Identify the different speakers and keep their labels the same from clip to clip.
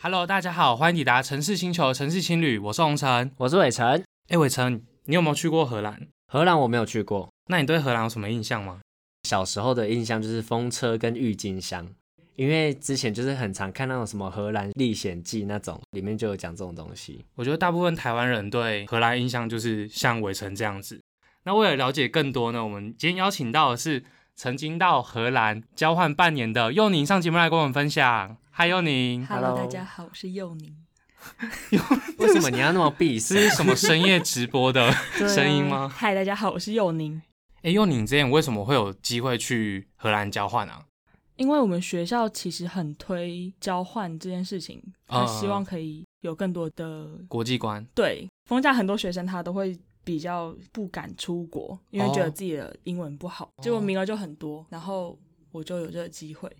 Speaker 1: Hello，大家好，欢迎抵达城市星球城市青旅，我是洪晨。
Speaker 2: 我是伟成。
Speaker 1: 哎，伟成，你有没有去过荷兰？
Speaker 2: 荷兰我没有去过，
Speaker 1: 那你对荷兰有什么印象吗？
Speaker 2: 小时候的印象就是风车跟郁金香，因为之前就是很常看那种什么荷兰历险记那种，里面就有讲这种东西。
Speaker 1: 我觉得大部分台湾人对荷兰印象就是像伟成这样子。那为了了解更多呢，我们今天邀请到的是曾经到荷兰交换半年的佑宁上节目来跟我们分享。嗨，佑宁，
Speaker 2: Hello
Speaker 3: Hello，大家好，我是佑宁。
Speaker 2: 为什么你要那么避
Speaker 1: 这 是
Speaker 2: 世？
Speaker 1: 什么深夜直播的 声音吗？
Speaker 3: 啊嗨，大家好，我是佑宁。
Speaker 1: 哎，佑宁，之前为什么会有机会去荷兰交换啊？
Speaker 3: 因为我们学校其实很推交换这件事情，他
Speaker 1: 啊
Speaker 3: 希望可以有更多的
Speaker 1: 国际观，
Speaker 3: 对。逢甲很多学生他都会比较不敢出国，因为
Speaker 1: 哦
Speaker 3: 觉得自己的英文不好，结果名额就很多，然后我就有这个机会。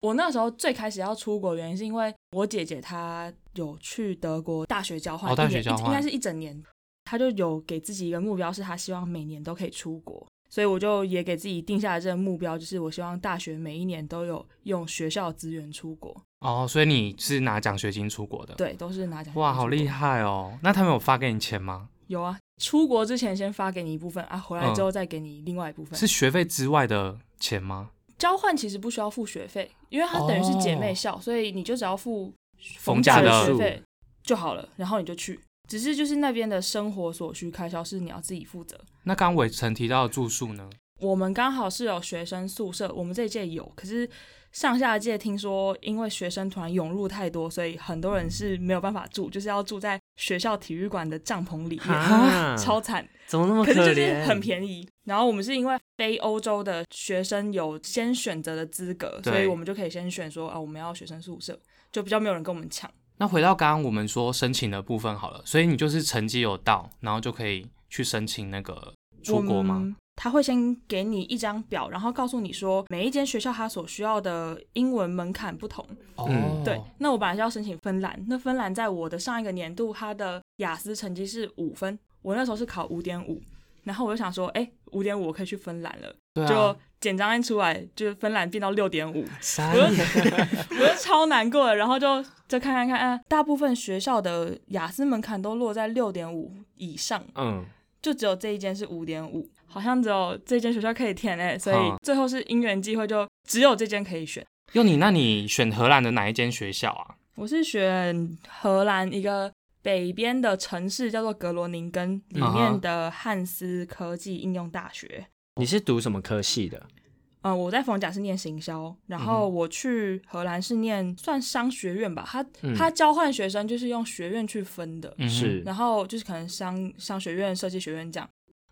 Speaker 3: 我那时候最开始要出国，原因是因为我姐姐她有去德国大学交换，
Speaker 1: 哦大学
Speaker 3: 一年
Speaker 1: 交换
Speaker 3: 应该是一整年，她就有给自己一个目标，是她希望每年都可以出国，所以我就也给自己定下了这个目标，就是我希望大学每一年都有用学校资源出国，
Speaker 1: 哦，所以你是拿奖学金出国的？
Speaker 3: 对，都是拿奖。
Speaker 1: 哇，好厉！害哦！那他们有发给你钱吗？
Speaker 3: 有啊，出国之前先发给你一部分啊，回来
Speaker 1: 嗯
Speaker 3: 之后再给你另外一部分。
Speaker 1: 是学费之外的钱吗？
Speaker 3: 交换其实不需要付学费，因为它等于是姐妹校，所以你就只要付
Speaker 1: 逢
Speaker 2: 甲
Speaker 3: 甲
Speaker 2: 的
Speaker 3: 学费就好了，然后你就去。只是就是那边的生活所需开销是你要自己负责。
Speaker 1: 那刚伟成提到的住宿呢？
Speaker 3: 我们刚好是有学生宿舍，我们这一届有，可是上下届听说因为学生团涌入太多，所以很多人是没有办法住，就是要住在学校体育馆的帐篷里
Speaker 2: 哈
Speaker 3: 面，超惨。
Speaker 2: 怎么那么
Speaker 3: 可是就
Speaker 2: 怜？
Speaker 3: 是很便宜。然后我们是因为非欧洲的学生有先选择的资格，
Speaker 1: 对
Speaker 3: 所以我们就可以先选说啊，我们要学生宿舍，就比较没有人跟我们抢。
Speaker 1: 那回到刚刚我们说申请的部分好了，所以你就是成绩有到，然后就可以去申请那个出国
Speaker 3: 我
Speaker 1: 吗？
Speaker 3: 们？他会先给你一张表，然后告诉你说每一间学校它所需要的英文门槛不同。
Speaker 1: 哦
Speaker 2: 嗯
Speaker 3: 对，那我本来是要申请芬兰，那芬兰在我的上一个年度，它的雅思成绩是五分，我那时候是考五点五，然后我就想说，哎、五点五我可以去芬兰了，
Speaker 1: 对啊
Speaker 3: 就，简章一出来，就是芬兰变到六 点五，
Speaker 2: 傻
Speaker 3: 我
Speaker 2: 眼
Speaker 3: 我就超难过的，然后就就看看看，啊，大部分学校的雅思门槛都落在六点五以上，
Speaker 2: 嗯，
Speaker 3: 就只有这一间是五点五，好像只有这间学校可以填诶、所以
Speaker 1: 嗯
Speaker 3: 最后是因缘际会，就只有这间可以选。
Speaker 1: 用你那你选荷兰的哪一间学校啊？
Speaker 3: 我是选荷兰一个北边的城市，叫做格罗宁根，里
Speaker 1: 嗯哼
Speaker 3: 面的汉斯科技应用大学。
Speaker 2: 你是读什么科系的？
Speaker 3: 呃，我在逢甲是念行销，然
Speaker 1: 嗯
Speaker 3: 后
Speaker 1: 哼
Speaker 3: 我去荷兰是念算商学院吧，他
Speaker 2: 嗯
Speaker 3: 他交换学生就是用学院去分的，
Speaker 1: 嗯哼
Speaker 2: 是
Speaker 3: 然后就是可能商商学院、设计学院这样。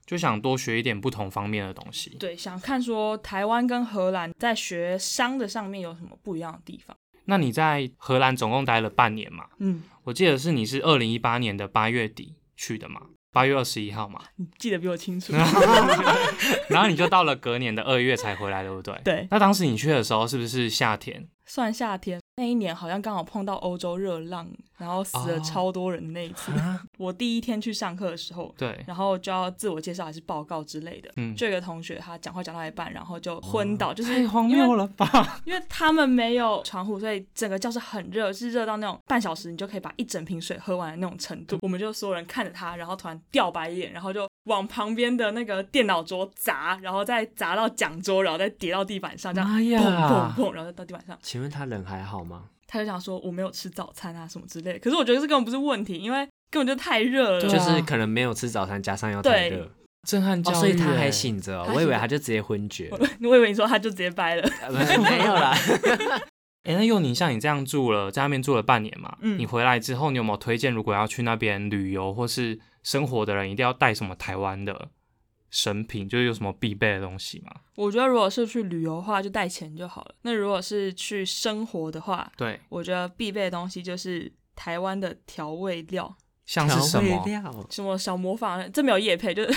Speaker 1: 就想多学一点不同方面的东西。
Speaker 3: 对，想看说台湾跟荷兰在学商的上面有什么不一样的地方。
Speaker 1: 那你在荷兰总共待了半年嘛？
Speaker 3: 嗯，
Speaker 1: 我记得是你是二零一八年的八月底去的嘛，八月二十一号嘛，
Speaker 3: 你记得比我清楚。
Speaker 1: 然后你就到了隔年的二月才回来，对不对？
Speaker 3: 对，
Speaker 1: 那当时你去的时候是不是夏天？
Speaker 3: 算夏天那一年，好像刚好碰到欧洲热浪，然后死了
Speaker 1: 哦
Speaker 3: 超多人的那一次。我第一天去上课的时候，
Speaker 1: 对，
Speaker 3: 然后就要自我介绍还是报告之类的。
Speaker 1: 嗯，
Speaker 3: 就有一个同学，他讲话讲到一半，然后就昏倒，就是
Speaker 1: 太荒
Speaker 3: 因为
Speaker 1: 谬了吧？
Speaker 3: 因为他们没有窗户，所以整个教室很热，是热到那种半小时你就可以把一整瓶水喝完的那种程度。我们就所有人看着他，然后突然掉白眼，然后就往旁边的那个电脑桌砸，然后再砸到讲桌，然后再跌到地板上，这样
Speaker 1: 妈
Speaker 3: 砰砰
Speaker 1: 哎呀！
Speaker 3: 砰，然后再到地板上。
Speaker 2: 请问他人还好吗？
Speaker 3: 他就想说我没有吃早餐啊什么之类的，可是我觉得这根本不是问题，因为根本就太热
Speaker 1: 对
Speaker 3: 了。
Speaker 1: 啊
Speaker 2: 就是可能没有吃早餐，加上又太热，
Speaker 1: 震撼教
Speaker 2: 哦，
Speaker 1: 育、
Speaker 2: 所以他
Speaker 1: 欸
Speaker 2: 还。醒着哦
Speaker 3: 他。
Speaker 2: 我以
Speaker 3: 醒
Speaker 2: 为
Speaker 3: 着
Speaker 2: 他就直接昏厥，
Speaker 3: 我以为你说他就直接掰了，
Speaker 2: 呃没有 啦。
Speaker 1: 哎、那佑宁，像你这样住了，在那边住了半年嘛，
Speaker 3: 嗯
Speaker 1: 你回来之后，你有没有推荐，如果要去那边旅游或是生活的人，一定要带什么台湾的神品，就是有什么必备的东西吗？
Speaker 3: 我觉得如果是去旅游的话，就带钱就好了。那如果是去生活的话，
Speaker 1: 对，
Speaker 3: 我觉得必备的东西就是台湾的调味料，
Speaker 1: 像是什
Speaker 2: 调
Speaker 1: 么
Speaker 2: 味？料？
Speaker 3: 什么小模仿，这没有叶配，就是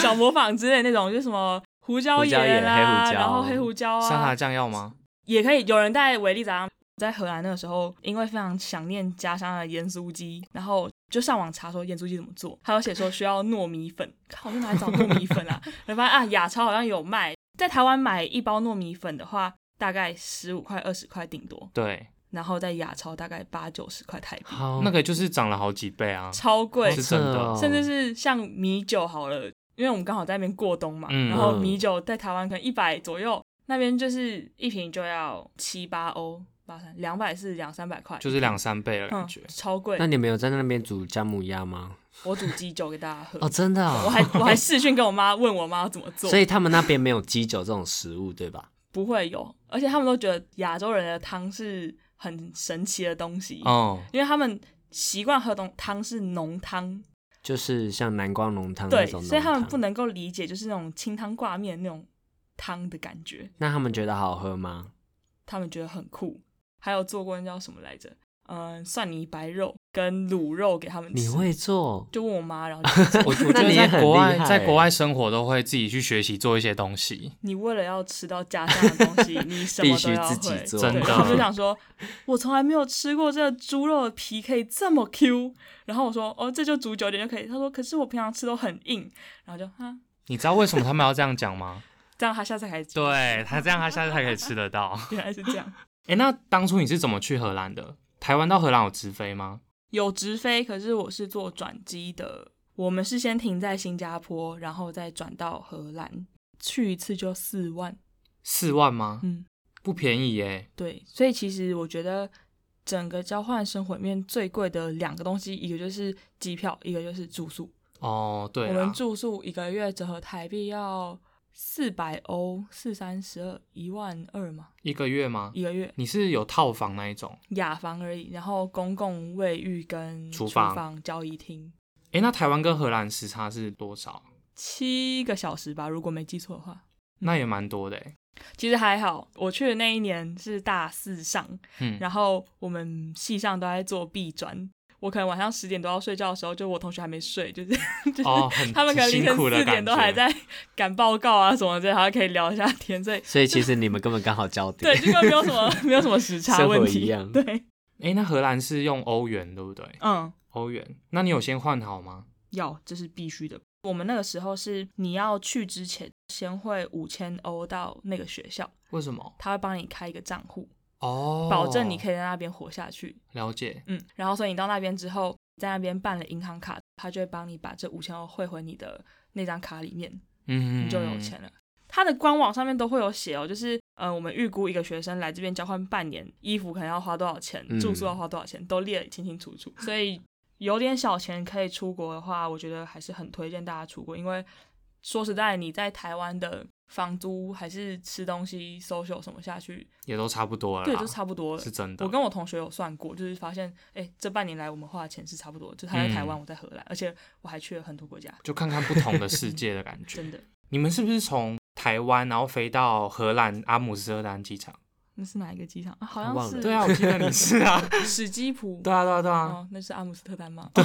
Speaker 3: 小模仿之类那种，就是什么胡椒盐
Speaker 2: 胡椒盐
Speaker 3: 啊，
Speaker 2: 黑胡椒
Speaker 3: 然后黑胡椒
Speaker 1: 沙茶
Speaker 3: 啊，
Speaker 1: 酱要吗？
Speaker 3: 也可以。有人带维力炸酱，在荷兰那个时候，因为非常想念家乡的盐酥鸡，然后。就上网查说盐酥鸡怎么做，还有写说需要糯米粉，看我去哪里找糯米粉啊？然后发现啊，亚超好像有卖，在台湾买一包糯米粉的话，大概十五块二十块顶多，
Speaker 1: 对，
Speaker 3: 然后在亚超大概八九十块台币，
Speaker 2: 好，
Speaker 1: 那个就是涨了好几倍啊，
Speaker 3: 超贵
Speaker 1: 是，真的
Speaker 2: 好扯哦
Speaker 3: 甚至是像米酒好了，因为我们刚好在那边过冬嘛，
Speaker 1: 嗯
Speaker 3: 然后米酒在台湾可能一百左右，那边就是一瓶就要七八欧，八三两百是两三百块，
Speaker 1: 就是两三倍的
Speaker 3: 嗯
Speaker 1: 感觉，。
Speaker 3: 超贵
Speaker 2: 那。你们有在那边煮姜母鸭吗？
Speaker 3: 我煮鸡酒给大家喝，
Speaker 2: 哦，真的哦，
Speaker 3: 我还我还视讯跟我妈问我妈要怎么做
Speaker 2: 所，以他们那边没有鸡酒这种食物，对吧？
Speaker 3: 不会有，而且他们都觉得亚洲人的汤是很神奇的东西，
Speaker 1: 哦，
Speaker 3: 因为他们习惯喝东汤是浓汤，
Speaker 2: 就是像南瓜浓汤嗯那
Speaker 3: 对，
Speaker 2: 种浓汤，
Speaker 3: 所以他们不能够理解就是那种清汤挂面那种汤的感觉，
Speaker 2: 那他们觉得好喝吗？
Speaker 3: 他们觉得很酷。还有做过那叫什么来着？嗯，蒜泥白肉跟卤肉给他们吃。
Speaker 2: 你会做？
Speaker 3: 就问我妈，然后就
Speaker 1: 我我觉
Speaker 2: 那
Speaker 1: 得
Speaker 2: 你也
Speaker 1: 在
Speaker 2: 很
Speaker 1: 国外
Speaker 2: 厉害
Speaker 1: 在国
Speaker 2: 欸
Speaker 1: 外生活都会自己去学习做一些东西，
Speaker 3: 你为了要吃到家乡的东西，你什么都要
Speaker 2: 必须自
Speaker 3: 会
Speaker 2: 己。做
Speaker 1: 真
Speaker 3: 对，
Speaker 1: 的
Speaker 3: 他们就想说，我从来没有吃过这猪肉的皮可以这么 Q。然后我说，哦，这就煮久点就可以。他说，可是我平常吃都很硬。然后就啊，
Speaker 1: 你知道为什么他们要这样讲吗？
Speaker 3: 这样他下次还吃
Speaker 1: 对他这样，他下次才可以吃得 到。
Speaker 3: 原来是这样。
Speaker 1: 哎、那当初你是怎么去荷兰的？台湾到荷兰有直飞吗？
Speaker 3: 有直飞，可是我是坐转机的。我们是先停在新加坡，然后再转到荷兰，去一次就四万。
Speaker 1: 四万吗？
Speaker 3: 嗯，
Speaker 1: 不便宜耶、
Speaker 3: 对，所以其实我觉得整个交换生活里面最贵的两个东西，一个就是机票，一个就是住宿。
Speaker 1: 哦，对
Speaker 3: 我们
Speaker 1: 啦，
Speaker 3: 住宿一个月折合台币要四百欧，四三十二，一万二嘛，
Speaker 1: 一个月吗？
Speaker 3: 一个月
Speaker 1: 你是有套房那一种？
Speaker 3: 雅房而已。然后公共卫浴跟
Speaker 1: 厨
Speaker 3: 房、
Speaker 1: 房
Speaker 3: 交易厅，
Speaker 1: 哎、那台湾跟荷兰时差是多少？
Speaker 3: 七个小时吧，如果没记错的话。
Speaker 1: 那也蛮多的、欸。
Speaker 3: 其实还好，我去的那一年是大四上，
Speaker 1: 嗯，
Speaker 3: 然后我们系上都在做壁专。我可能晚上十点多要睡觉的时候，就我同学还没睡，就是 就是、
Speaker 1: 哦很
Speaker 3: 他们可能凌晨
Speaker 1: 辛苦的
Speaker 3: 四
Speaker 1: 感
Speaker 3: 点
Speaker 1: 觉
Speaker 3: 都还在赶报告啊什么之类的，还可以聊一下天， 所以
Speaker 2: 所以其实你们根本刚好 交叠
Speaker 3: 对，，这个没有什么 没有什么时差
Speaker 2: 生活
Speaker 3: 问题
Speaker 2: 一样
Speaker 3: 对，
Speaker 1: 哎、那荷兰是用欧元对不对？
Speaker 3: 嗯，
Speaker 1: 欧元，那你有先换好吗？
Speaker 3: 要这是必须的。我们那个时候是你要去之前，先汇五千欧到那个学校，
Speaker 1: 为什么？
Speaker 3: 他会帮你开一个账户，
Speaker 1: 哦，
Speaker 3: 保证你可以在那边活下去。
Speaker 1: 了解。
Speaker 3: 嗯，然后所以你到那边之后，在那边办了银行卡，他就会帮你把这五千欧汇回你的那张卡里面，
Speaker 1: 嗯，
Speaker 3: 你就有钱了。他的官网上面都会有写哦，就是呃，我们预估一个学生来这边交换半年，衣服可能要花多少钱，
Speaker 2: 嗯
Speaker 3: 住宿要花多少钱，都列得清清楚楚。所以有点小钱可以出国的话，我觉得还是很推荐大家出国，因为说实在，你在台湾的房租还是吃东西、social 什么下去，
Speaker 1: 也都差不多了啦。
Speaker 3: 对，就差不多了。
Speaker 1: 啊是真的。
Speaker 3: 我跟我同学有算过，就是发现，哎、这半年来我们花的钱是差不多，就他在台湾，
Speaker 1: 嗯
Speaker 3: 我在荷兰，而且我还去了很多国家，
Speaker 1: 就看看不同的世界的 感觉。
Speaker 3: 真的。
Speaker 1: 你们是不是从台湾然后飞到荷兰阿姆斯特丹机场？
Speaker 3: 那是哪一个机场？啊、好
Speaker 2: 忘
Speaker 3: 像
Speaker 2: 了
Speaker 3: 是
Speaker 1: 对啊，我记得你是啊。
Speaker 3: 史基 普。
Speaker 1: 对啊，对啊，对啊。
Speaker 3: 哦，那是阿姆斯特丹吗？对，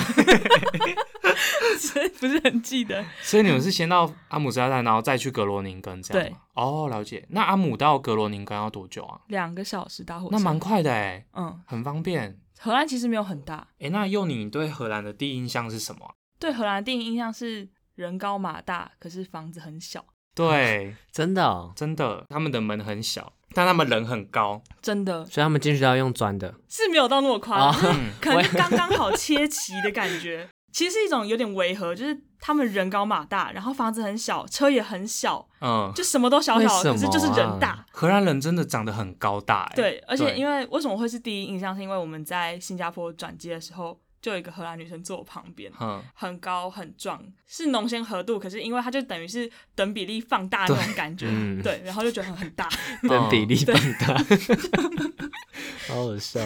Speaker 3: 所以 不是很记得。
Speaker 1: 所以你们是先到阿姆斯特丹，然后再去格罗宁根这样
Speaker 3: 对
Speaker 1: 吗？哦，了解。那阿姆到格罗宁根要多久啊？
Speaker 3: 两个小时搭火车，
Speaker 1: 那蛮。快的哎，
Speaker 3: 嗯，
Speaker 1: 很方便。
Speaker 3: 荷兰其实没有很大。
Speaker 1: 哎，那佑你对荷兰的第一印象是什么啊？
Speaker 3: 对荷兰的第一印象是人高马大，可是房子很小，
Speaker 1: 对，
Speaker 2: 真的哦。
Speaker 1: 真的，他们的门很小，但他们人很高。
Speaker 3: 真的
Speaker 2: 所以他们进去都要用砖的，
Speaker 3: 是没有到那么夸张，
Speaker 2: 哦
Speaker 1: 嗯，
Speaker 3: 可能就刚刚好切齐的感觉。 其实是一种有点违和，就是他们人高马大，然后房子很小，车也很小，
Speaker 1: 嗯，
Speaker 3: 就什么都小小的，
Speaker 2: 为
Speaker 3: 可
Speaker 2: 什
Speaker 3: 是
Speaker 2: 么啊
Speaker 3: 就是人大。
Speaker 1: 荷兰人真的长得很高大哎。
Speaker 3: 对，而且因
Speaker 1: 为
Speaker 3: 为为什么会是第一印象，是因为我们在新加坡转机的时候，就有一个荷兰女生坐我旁边，
Speaker 1: 嗯，
Speaker 3: 很高很壮，是浓鲜合度，可是因为它就等于是等比例放大那种感觉，
Speaker 2: 嗯
Speaker 3: 对，然后就觉得很很大。
Speaker 2: 跟比例放大，好好笑。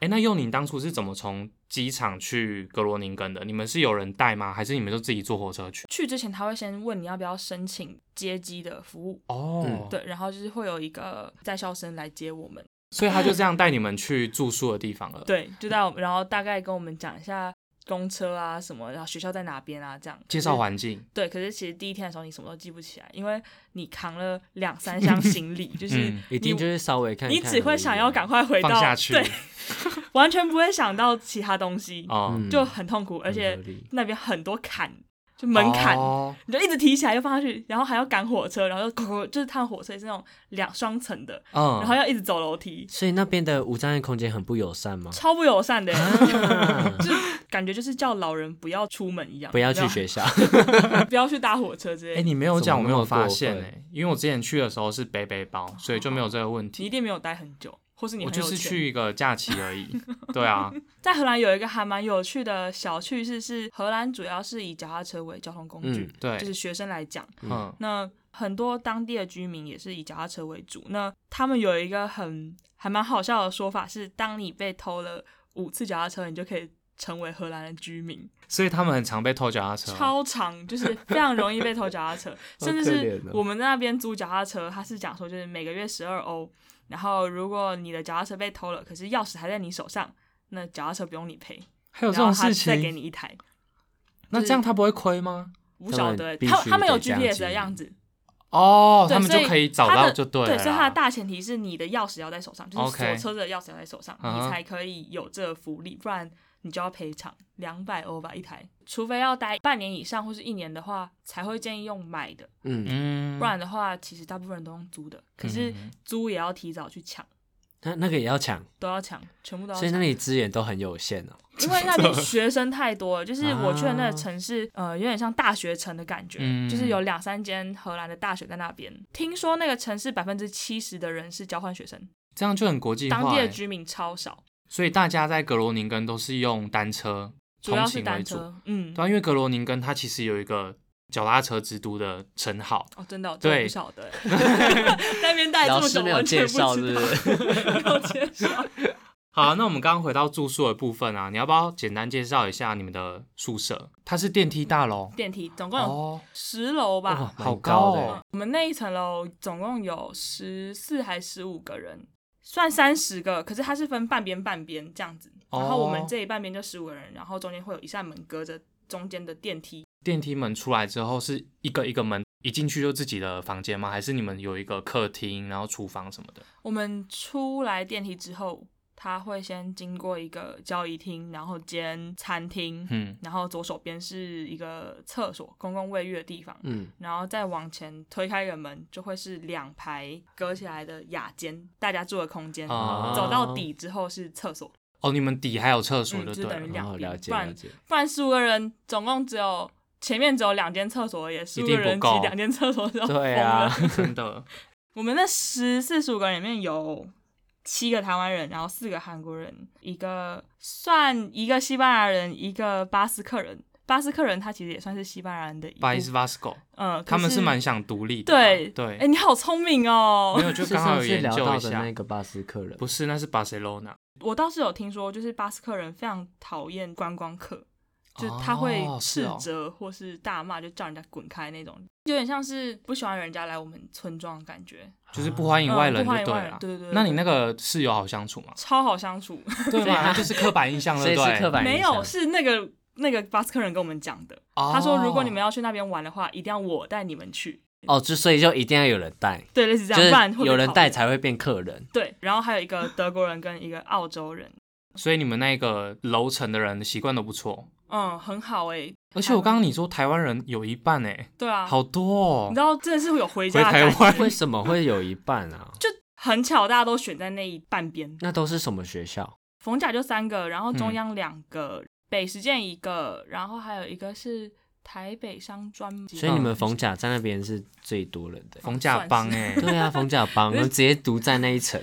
Speaker 1: 哎，那佑宁当初是怎么从机场去格罗宁根的？你们是有人带吗？还是你们就自己坐火车去？
Speaker 3: 去之前他会先问你要不要申请接机的服务，
Speaker 1: 哦，
Speaker 3: 对，然后就是会有一个在校生来接我们。
Speaker 1: 所以他就这样带你们去住宿的地方了。，
Speaker 3: 对，就在我们，然后大概跟我们讲一下公车啊什么，然后学校在哪边啊这样。
Speaker 1: 介绍环境。
Speaker 3: 对，可是其实第一天的时候你什么都记不起来，因为你扛了两三 箱行李，就是
Speaker 1: 嗯
Speaker 2: 一定就是稍微看看而已
Speaker 3: 你
Speaker 2: 啊，
Speaker 3: 只会想要赶快回
Speaker 1: 放
Speaker 3: 到
Speaker 1: 下去
Speaker 3: 对，完全不会想到其他东西，
Speaker 1: 哦，
Speaker 2: 嗯
Speaker 3: 就很痛苦，而且
Speaker 2: 合理
Speaker 3: 那边很多坎，就门槛，
Speaker 1: 哦
Speaker 3: 你就一直提起来又放下去，然后还要赶火车，然后就就是趟火车也是那种两双层的，然后
Speaker 1: 嗯，
Speaker 3: 要一直走楼梯，
Speaker 2: 所以那边的无障碍空间很不友善吗？
Speaker 3: 超不友善的，欸
Speaker 2: 啊
Speaker 3: 就感觉就是叫老人不要出门一样，
Speaker 2: 不要去
Speaker 3: 然后
Speaker 2: 学 校，
Speaker 3: 不要去搭火车之
Speaker 1: 哎、
Speaker 3: 类的。
Speaker 1: 你没有
Speaker 2: 怎
Speaker 1: 讲，我
Speaker 2: 么那
Speaker 1: 没有
Speaker 2: 么
Speaker 1: 发
Speaker 2: 过
Speaker 1: 现哎、
Speaker 2: 分
Speaker 1: 因为我之前去的时候是背背包，所以就没有这个问
Speaker 3: 你一
Speaker 1: 题。
Speaker 3: 定没有待很久，或是你
Speaker 1: 我
Speaker 3: 很
Speaker 1: 就
Speaker 3: 有
Speaker 1: 是
Speaker 3: 钱
Speaker 1: 去一个假期而 已，对啊，
Speaker 3: 在荷兰有一个还蛮有趣的小趣事是，荷兰主要是以脚踏车为交通工具，
Speaker 1: 嗯对
Speaker 3: 就，是学生来讲，
Speaker 1: 嗯，
Speaker 3: 那很多当地的居民也是以脚踏车为主。那他们有一个很还蛮好笑的说法是，当你被偷了五次脚踏车，你就可以。成为荷兰的居民，
Speaker 1: 所以他们很常被偷脚踏车哦，
Speaker 3: 超长，就是非常容易被偷脚 踏车，甚至
Speaker 2: 可
Speaker 3: 是
Speaker 2: 怜哦
Speaker 3: 我们在那边租脚踏车，他是讲说就是每个月十二欧，然后如果你的脚踏车被偷了，可是钥匙还在你手上，那脚踏车不用你赔，
Speaker 1: 还有这
Speaker 3: 然后
Speaker 1: 种
Speaker 3: 他
Speaker 1: 事
Speaker 3: 再给
Speaker 1: 情，
Speaker 3: 你一台，
Speaker 1: 那
Speaker 3: 就是
Speaker 1: 这样他不会亏吗？
Speaker 3: 不晓得
Speaker 2: 必
Speaker 3: 他
Speaker 2: 须
Speaker 3: 他们有
Speaker 2: 得这样
Speaker 3: GPS
Speaker 2: 经
Speaker 3: 的
Speaker 2: 营
Speaker 3: 样子，
Speaker 1: 哦，
Speaker 3: 对
Speaker 1: 他们
Speaker 3: 所
Speaker 1: 就
Speaker 3: 以
Speaker 1: 可以找
Speaker 3: 他的
Speaker 1: 到就对了
Speaker 3: 对，
Speaker 1: 啦。
Speaker 3: 所以它的大前提是你的钥匙要在手上，就是
Speaker 1: OK
Speaker 3: 锁车子的钥匙要在手上，
Speaker 1: 嗯
Speaker 3: 你
Speaker 1: 哼
Speaker 3: 才可以有这个福利，不然你就要赔偿两百欧吧一台，除非要待半年以上或是一年的话，才会建议用买的，
Speaker 2: 嗯，
Speaker 1: 嗯，
Speaker 3: 不然的话其实大部分人都用租的，可是
Speaker 1: 嗯
Speaker 3: 租也要提早去抢，
Speaker 2: 那那个也要抢，
Speaker 3: 都要抢，全部都要
Speaker 2: 所以
Speaker 3: 抢
Speaker 2: 那。里资源都很有限哦。
Speaker 3: 因为那边学生太多了，就是我去的
Speaker 2: 啊
Speaker 3: 那个城市，呃，有点像大学城的感觉，
Speaker 1: 嗯
Speaker 3: 就是有两三间荷兰的大学在那边。听说那个城市百分之七十的人是交换学生，
Speaker 1: 这样就很国际化、
Speaker 3: 当地的
Speaker 1: 欸。
Speaker 3: 居民超少，
Speaker 1: 所以大家在格罗宁根都是用单车
Speaker 3: 主
Speaker 1: 通
Speaker 3: 要是
Speaker 1: 行为
Speaker 3: 单
Speaker 1: 主，
Speaker 3: 车。嗯，
Speaker 1: 对啊，因为格罗宁根它其实有一个脚踏车之都的称号，
Speaker 3: 哦，真的哦，
Speaker 1: 对
Speaker 3: 这我不晓得，欸 那边待这
Speaker 2: 老
Speaker 3: 么
Speaker 2: 师
Speaker 3: 久
Speaker 2: 没有
Speaker 3: 完全
Speaker 2: 介
Speaker 3: 不知道
Speaker 2: 绍，是不是？
Speaker 3: 没有介绍。
Speaker 1: 好、啊 那我们刚刚回到住宿的部分啊，你要不要简单介绍一下你们的宿舍？它是电梯大楼
Speaker 3: 电梯总共有
Speaker 1: 哦，
Speaker 3: 十楼吧，
Speaker 2: 哇，
Speaker 1: 好
Speaker 2: 蛮
Speaker 1: 高
Speaker 2: 高
Speaker 1: 哦
Speaker 2: 的。欸
Speaker 3: 我们那一层楼总共有十四还十五个人，算三十个，可是它是分半边半边这样子。
Speaker 1: 哦
Speaker 3: 然后我们这一半边就十五个人，然后中间会有一扇门隔着中间的电梯。
Speaker 1: 电梯门出来之后是一个一个门，一进去就自己的房间吗？还是你们有一个客厅，然后厨房什么的？
Speaker 3: 我们出来电梯之后，它会先经过一个交易厅，然后间餐厅，
Speaker 1: 嗯，
Speaker 3: 然后左手边是一个厕所、公共卫浴的地方。
Speaker 2: 嗯，
Speaker 3: 然后再往前推开一个门，就会是两排隔起来的雅间，大家住的空间。
Speaker 1: 哦
Speaker 3: 走到底之后是厕所，
Speaker 1: 哦，你们底还有厕所
Speaker 3: 嗯
Speaker 1: 就
Speaker 3: 就
Speaker 1: 对了
Speaker 3: 等于。
Speaker 2: 然
Speaker 3: 两
Speaker 2: 后
Speaker 3: 边
Speaker 2: 了解
Speaker 3: 不然
Speaker 2: 了解，
Speaker 3: 不然十五个人总共只有前面只有两间厕所而已，十五
Speaker 1: 定
Speaker 3: 个
Speaker 1: 不
Speaker 3: 人挤
Speaker 1: 够
Speaker 3: 两间厕所就
Speaker 2: 对啊
Speaker 3: 疯了
Speaker 1: 真的，
Speaker 3: 我们那十四十五个人里面有七个台湾人，然后四个韩国人，一个算一个西班牙人，一个巴斯克人。巴斯克人他其实也算是西班牙人的一部
Speaker 1: 不好意思，Vasco，
Speaker 3: 嗯，可
Speaker 1: 他们是
Speaker 3: 是
Speaker 1: 蛮想独立的吧。
Speaker 3: 对
Speaker 1: 对
Speaker 3: 哎、，你好聪明哦
Speaker 1: 没！有就是刚好
Speaker 2: 上
Speaker 1: 有
Speaker 2: 次
Speaker 1: 研
Speaker 2: 聊
Speaker 1: 究
Speaker 2: 到
Speaker 1: 一
Speaker 2: 的
Speaker 1: 下
Speaker 2: 那，个巴斯克人，
Speaker 1: 不是，那是 Barcelona，
Speaker 3: 我倒是有听说，就是巴斯克人非常讨厌观光客，就是他会
Speaker 1: 哦是
Speaker 3: 斥
Speaker 1: 哦
Speaker 3: 责或是大骂，就叫人家滚开那种，有点像是不喜欢人家来我们村庄的感觉，
Speaker 1: 就是不欢迎外人
Speaker 3: 嗯不
Speaker 1: 就
Speaker 3: 欢迎
Speaker 1: 对
Speaker 3: 外
Speaker 1: 了
Speaker 3: 人。对对对？
Speaker 1: 那你那个室友好相处吗
Speaker 3: 啊超好相处。
Speaker 1: 对吧？那就是刻板印 象了，
Speaker 2: 所以
Speaker 1: 对不对
Speaker 2: 是刻板印
Speaker 3: 没
Speaker 2: 象
Speaker 3: 有，是那个那个巴斯克人跟我们讲的，
Speaker 1: 哦
Speaker 3: 他说如果你们要去那边玩的话，一定要我带你们去，
Speaker 2: 哦，就所以就一定要有人带，
Speaker 3: 对，类似这
Speaker 2: 就
Speaker 3: 样，不然会
Speaker 2: 是
Speaker 3: 被
Speaker 2: 有人带
Speaker 3: 讨厌
Speaker 2: 才会变 客人。
Speaker 3: 对。然后还有一个德国人跟一个澳洲人，
Speaker 1: 哦所以你们那个楼层的人的习惯都不错。
Speaker 3: 嗯，很好哎、
Speaker 1: 而且我刚刚你说台湾人有一半哎、
Speaker 3: 对啊，
Speaker 1: 好多
Speaker 3: 你
Speaker 1: 哦
Speaker 3: 知。道真的是会有回家的
Speaker 1: 回台
Speaker 3: 感
Speaker 1: 湾
Speaker 3: 觉
Speaker 2: 为，什么会有一半啊？
Speaker 3: 就很巧，大家都选在那一半边，
Speaker 2: 那都是什么学校？
Speaker 3: 逢甲就三个，然后中
Speaker 1: 嗯
Speaker 3: 央两个，北实践一个，然后还有一个是台北商专，啊
Speaker 2: 所以你
Speaker 1: 哦
Speaker 2: 们逢甲在那边是最多人的。
Speaker 1: 冯甲帮哎、
Speaker 2: 对 啊，逢甲帮，我们直接独占那一层，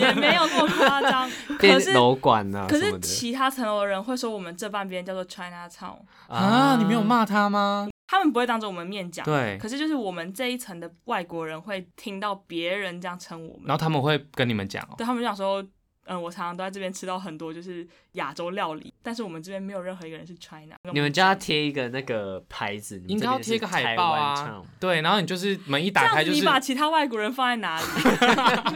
Speaker 3: 也没有那么夸 张，可
Speaker 2: 变
Speaker 3: 是。
Speaker 2: 楼管啊
Speaker 3: 可
Speaker 2: 什
Speaker 3: 是
Speaker 2: 么的
Speaker 3: 其他层楼的人会说我们这半边叫做 China Town，
Speaker 1: 啊，你没有？骂他吗？
Speaker 3: 他们不会当着我们面讲，
Speaker 1: 对
Speaker 3: 可是就是我们这一层的外国人会听到别人这样称我们，
Speaker 1: 然后他们会跟你们讲哦，
Speaker 3: 对他们就想说，嗯，我常常都在这边吃到很多就是亚洲料理，但是我们这边没有任何一个人是 China。
Speaker 2: 你们就要贴一个那个牌子，
Speaker 1: 应该要贴一个海报啊。对，然后你就是门一
Speaker 3: 这
Speaker 1: 打
Speaker 3: 样
Speaker 1: 开
Speaker 3: 子，
Speaker 1: 就
Speaker 3: 你
Speaker 1: 是，
Speaker 3: 把其他外国人放在哪里？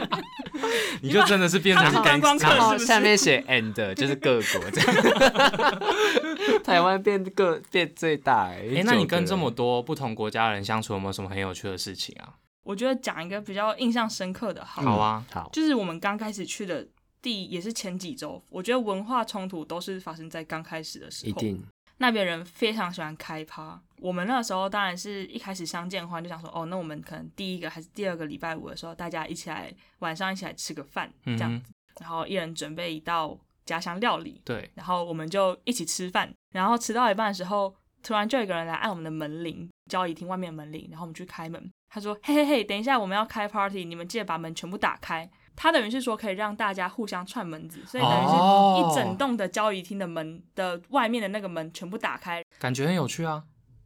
Speaker 1: 你就真的是变成
Speaker 3: 他们是观光客
Speaker 2: 然后
Speaker 3: 是不是
Speaker 2: 下面写 and 就是各国这样， 台湾变各变最大哎、
Speaker 1: 哎、
Speaker 2: 欸
Speaker 1: 那你跟这么多不同国家的人相处，有没有什么很有趣的事情啊？
Speaker 3: 我觉得讲一个比较印象深刻的好，
Speaker 1: 好啊，
Speaker 2: 嗯好，
Speaker 3: 就是我们刚开始去的地也是前几周，我觉得文化冲突都是发生在刚开始的时候。
Speaker 2: 一定
Speaker 3: 那边人非常喜欢开趴。我们那时候当然是一开始相见欢，就想说，哦，那我们可能第一个还是第二个礼拜五的时候，大家一起来晚上一起来吃个饭这样
Speaker 1: 嗯
Speaker 3: 子，然后一人准备一道家乡料理，
Speaker 1: 对，
Speaker 3: 然后我们就一起吃饭，然后吃到一半的时候，突然就有一个人来按我们的门铃，交易厅外面的门铃，然后我们去开门，他说：“嘿嘿嘿，等一下我们要开 party，你们记得把门全部打开。”他等于是说可以让大家互相串门子，所以等于是
Speaker 1: 哦
Speaker 3: 一整栋的交易厅的门的外面的那个门全部打开。
Speaker 1: 感觉很有趣啊。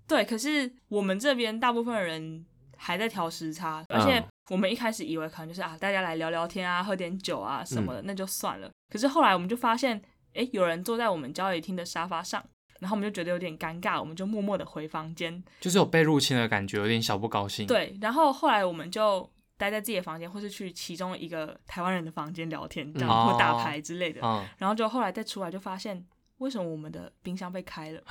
Speaker 3: 对，可是我们这边大部分人还在调时差，而且
Speaker 2: 嗯
Speaker 3: 我们一开始以为可能就是啊，大家来聊聊天啊，喝点酒啊什么的，
Speaker 1: 嗯
Speaker 3: 那就算了。可是后来我们就发现，诶，有人坐在我们交易厅的沙发上，然后我们就觉得有点尴尬，我们就默默的回房间。
Speaker 1: 就是有被入侵的感觉，有点小不高兴。，
Speaker 3: 对，然后后来我们就待在自己的房间，或是去其中一个台湾人的房间聊天，这样、
Speaker 1: 嗯
Speaker 3: 或打
Speaker 1: 哦
Speaker 3: 牌之类的。
Speaker 1: 嗯，
Speaker 3: 然后就后来再出来就发现，为什么我们的冰箱被开 了，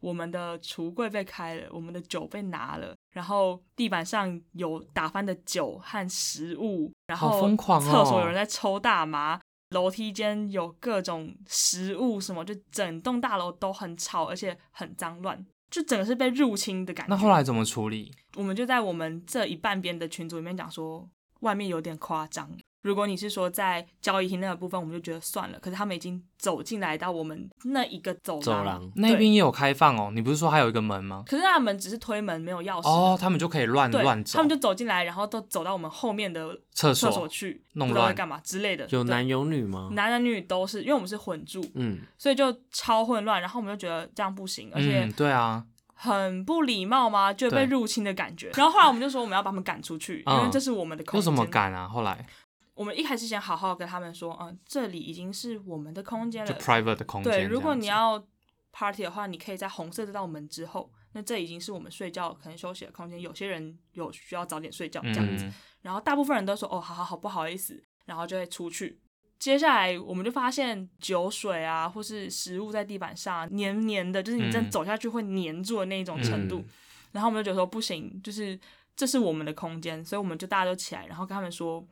Speaker 3: 我们的橱柜被开了，我们的酒被拿了，然后地板上有打翻的酒和食物，然
Speaker 1: 好
Speaker 3: 后
Speaker 1: 疯狂哦
Speaker 3: 厕所有人在抽大麻。楼梯间有各种食物，什么就整栋大楼都很吵，而且很脏乱，就整个是被入侵的感觉。
Speaker 1: 那后来怎么处理？
Speaker 3: 我们就在我们这一半边的群组里面讲说，外面有点夸张。如果你是说在交易厅那个部分，我们就觉得算了。可是他们已经走进来到我们那一个走廊，
Speaker 2: 走廊
Speaker 1: 那边也有开放哦，你不是说还有一个门吗？
Speaker 3: 可是那门只是推门，没有钥匙。
Speaker 1: 哦，他们就可以乱
Speaker 3: 对，
Speaker 1: 乱走，
Speaker 3: 他们就走进来，然后都走到我们后面的
Speaker 1: 厕
Speaker 3: 厕所去，
Speaker 1: 弄
Speaker 3: 不知道在
Speaker 1: 乱
Speaker 3: 干嘛之类的。
Speaker 2: 有
Speaker 3: 对
Speaker 2: 男有女吗？
Speaker 3: 男男女女都是，因为我们是混住，
Speaker 2: 嗯，
Speaker 3: 所以就超混乱。然后我们就觉得这样不行，而且
Speaker 1: 嗯，对啊，
Speaker 3: 很不礼貌吗？就
Speaker 1: 对
Speaker 3: 被入侵的感觉。然后后来我们就说我们要把他们赶出去，因为
Speaker 1: 嗯
Speaker 3: 这是我们的空
Speaker 1: 有
Speaker 3: 间。
Speaker 1: 什么敢啊？后来
Speaker 3: 我们一开始先好好跟他们说，嗯，这里已经是我们的空间
Speaker 1: 就
Speaker 3: 了。
Speaker 1: private 的空间这
Speaker 3: 呃对，
Speaker 1: 样子。
Speaker 3: 如果你要 party 的话，你可以在红色这道门之后，那这已经是我们睡觉可能休息的空间。有些人有需要早点睡觉这样子，
Speaker 1: 嗯，
Speaker 3: 然后大部分人都说，哦，好好好，不好意思，然后就会出去。接下来我们就发现酒水啊，或是食物在地板上啊黏黏的，就是你真
Speaker 1: 嗯
Speaker 3: 的走下去会黏住的那种程度。
Speaker 2: 嗯
Speaker 3: 然后我们就觉得说不行，就是这是我们的空间，所以我们就大家都起来，然后跟他们说，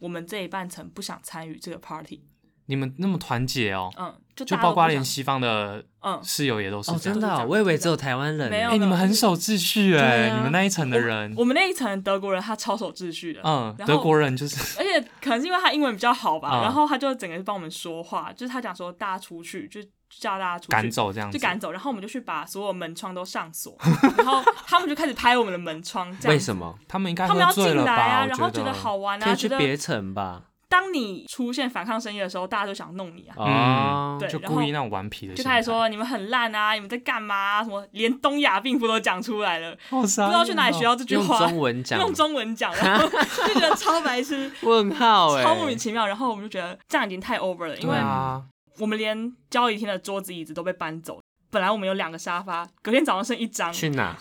Speaker 3: 我们这一半层不想参与这个 party，
Speaker 1: 你们那么团结哦，
Speaker 3: 嗯，就
Speaker 1: 就
Speaker 3: 大家都
Speaker 1: 包括
Speaker 3: 不
Speaker 1: 连
Speaker 3: 想
Speaker 1: 西方的
Speaker 3: 嗯，
Speaker 1: 室友也都是
Speaker 2: 哦，
Speaker 1: 这样
Speaker 2: 真。的
Speaker 3: 就
Speaker 2: 哦、
Speaker 3: 是这样
Speaker 2: 我以为只有台湾人。
Speaker 3: 没有
Speaker 1: 哎，你们很守秩序哎
Speaker 2: 对，啊
Speaker 1: 你们那一层的人，
Speaker 3: 我们那一层德国人他超守秩序的，
Speaker 1: 嗯，
Speaker 3: 然后
Speaker 1: 德国人 就是
Speaker 3: 而且可能是因为他英文比较好吧，
Speaker 1: 嗯
Speaker 3: 然后他就整个帮我们说话，就是他讲说大家出去，就叫大家出去，
Speaker 1: 赶走这样子，
Speaker 3: 就赶走，然后我们就去把所有门窗都上锁， 然后他们就开始拍我们的门窗，这样
Speaker 2: 为什
Speaker 3: 么？
Speaker 2: 么？
Speaker 1: 他们应该
Speaker 3: 他们
Speaker 1: 喝
Speaker 3: 要
Speaker 1: 醉
Speaker 3: 进
Speaker 1: 了
Speaker 3: 来
Speaker 1: 吧？
Speaker 3: 啊，
Speaker 1: 我
Speaker 3: 然后觉得好玩
Speaker 2: 可
Speaker 3: 啊，
Speaker 2: 以
Speaker 3: 觉
Speaker 2: 去
Speaker 3: 得
Speaker 2: 别城吧？
Speaker 3: 当你出现反抗声音的时候，大家都想弄你啊，
Speaker 2: 哦，
Speaker 3: 对
Speaker 1: 嗯就
Speaker 3: 然后
Speaker 1: 故意那种顽皮的
Speaker 3: 就
Speaker 1: 心态，
Speaker 3: 开始说你们很烂啊，你们在干嘛啊、什么连东亚病夫都讲出来了，
Speaker 1: 好傻
Speaker 3: 不
Speaker 1: 眼哦，
Speaker 3: 知道去哪里学到这句
Speaker 2: 用
Speaker 3: 话，
Speaker 2: 中文讲，
Speaker 3: 用中文讲，然后就觉得超白痴。
Speaker 2: 问号哎、
Speaker 3: 超莫名其妙，然后我们就觉得这样已经太 over 了，因
Speaker 1: 对
Speaker 3: 为
Speaker 1: 啊，
Speaker 3: 我们连交易厅的桌子椅子都被搬走，本来我们有两个沙发，隔天早上剩一张，
Speaker 2: 去哪？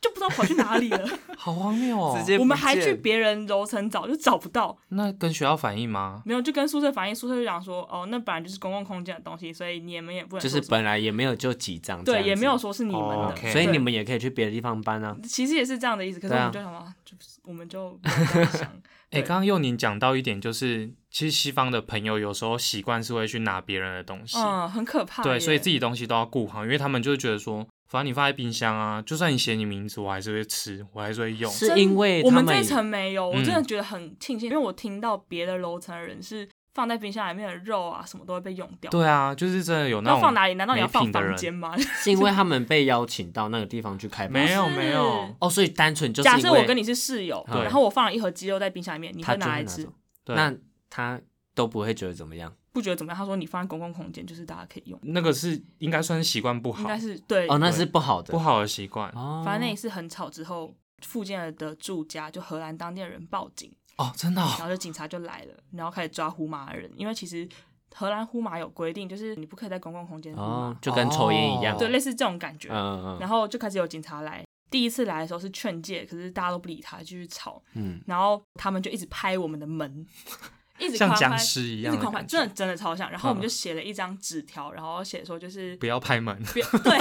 Speaker 3: 就不知道跑去哪里了。
Speaker 1: 好荒谬哦，
Speaker 2: 直接
Speaker 3: 我们还
Speaker 2: 不
Speaker 3: 去
Speaker 2: 见
Speaker 3: 别人楼层找，就找不到，
Speaker 1: 那跟学校反映吗？
Speaker 3: 没有，就跟宿舍反映，宿舍就讲说，哦，那本来就是公共空间的东西，所以你们也不能
Speaker 2: 就
Speaker 3: 说
Speaker 2: 是
Speaker 3: 什么
Speaker 2: 本来也没有就几张这样
Speaker 3: 对，
Speaker 2: 子，
Speaker 3: 也没有说是你们的，
Speaker 1: 哦，OK
Speaker 2: 所以
Speaker 3: 对
Speaker 2: 你们也可以去别的地方搬啊。
Speaker 3: 其实也是这样的意思。可是我们就
Speaker 2: 对
Speaker 3: 想说，啊就是我们就没有这样 想，
Speaker 1: 哎、
Speaker 3: 对
Speaker 1: 刚刚佑宁讲到一点，就是其实西方的朋友有时候习惯是会去拿别人的东西，
Speaker 3: 嗯，很可怕耶。
Speaker 1: 对，所以自己东西都要顾好，因为他们就会觉得说，反正你放在冰箱啊，就算你写你名字，我还是会吃，我还是会用。
Speaker 2: 是
Speaker 3: 真
Speaker 2: 因为
Speaker 3: 我
Speaker 2: 他
Speaker 3: 们
Speaker 2: 们
Speaker 3: 这一层没有，我真的
Speaker 1: 嗯
Speaker 3: 觉得很庆幸，因为我听到别的楼层的人是放在冰箱里面的肉啊，什么都会被用掉。，
Speaker 1: 对啊，就是真的有那
Speaker 3: 要
Speaker 1: 种
Speaker 3: 放哪里？难道你要
Speaker 1: 没品
Speaker 3: 放
Speaker 1: 的
Speaker 3: 房
Speaker 1: 人
Speaker 3: 间吗？
Speaker 2: 是因为他们被邀请到那个地方去开
Speaker 1: 没有
Speaker 3: 是
Speaker 1: 没有，
Speaker 2: 哦，所以单纯就是
Speaker 3: 假设我跟
Speaker 2: 你
Speaker 3: 你是室友，
Speaker 1: 对
Speaker 3: 然后我放了一盒鸡肉在冰箱里面，你
Speaker 2: 他
Speaker 3: 会
Speaker 2: 就
Speaker 3: 拿
Speaker 2: 会
Speaker 3: 来
Speaker 2: 拿
Speaker 3: 吃
Speaker 2: 走，，
Speaker 1: 对，
Speaker 2: 那他都不会觉得怎么样
Speaker 3: 不觉得怎么样？他说你放在公共空间，就是大家可以用，
Speaker 1: 那个是应该算是习惯不
Speaker 3: 应
Speaker 1: 好，
Speaker 3: 该是对。
Speaker 2: 哦，那是不好的
Speaker 1: 不好的习惯
Speaker 2: 哦，
Speaker 3: 反正那一次很吵之后，附近的住家就荷兰当地的人报警，
Speaker 1: 哦，真的、
Speaker 3: 然
Speaker 1: 哦，
Speaker 3: 后就警察就来了，然后开始抓呼麻的人，因为其实荷兰呼麻有规定，就是你不可以在公共空间呼麻
Speaker 2: 哦，，就跟抽烟一样，
Speaker 1: 哦
Speaker 3: 对，类似这种感觉。
Speaker 2: 嗯嗯
Speaker 3: 然后就开始有警察来。第一次来的时候是劝诫，可是大家都不理他，继续吵。
Speaker 2: 嗯，
Speaker 3: 然后他们就一直拍我们的门， 一直
Speaker 1: 像
Speaker 3: 狂
Speaker 1: 僵
Speaker 3: 拍，
Speaker 1: 尸一
Speaker 3: 一
Speaker 1: 样
Speaker 3: 直
Speaker 1: 的
Speaker 3: 狂拍，
Speaker 1: 感
Speaker 3: 真
Speaker 1: 觉，
Speaker 3: 的真的超像。然后我们
Speaker 1: 嗯
Speaker 3: 就写了一张纸条，然后写说就是
Speaker 1: 不要拍 门，
Speaker 3: 不要 对，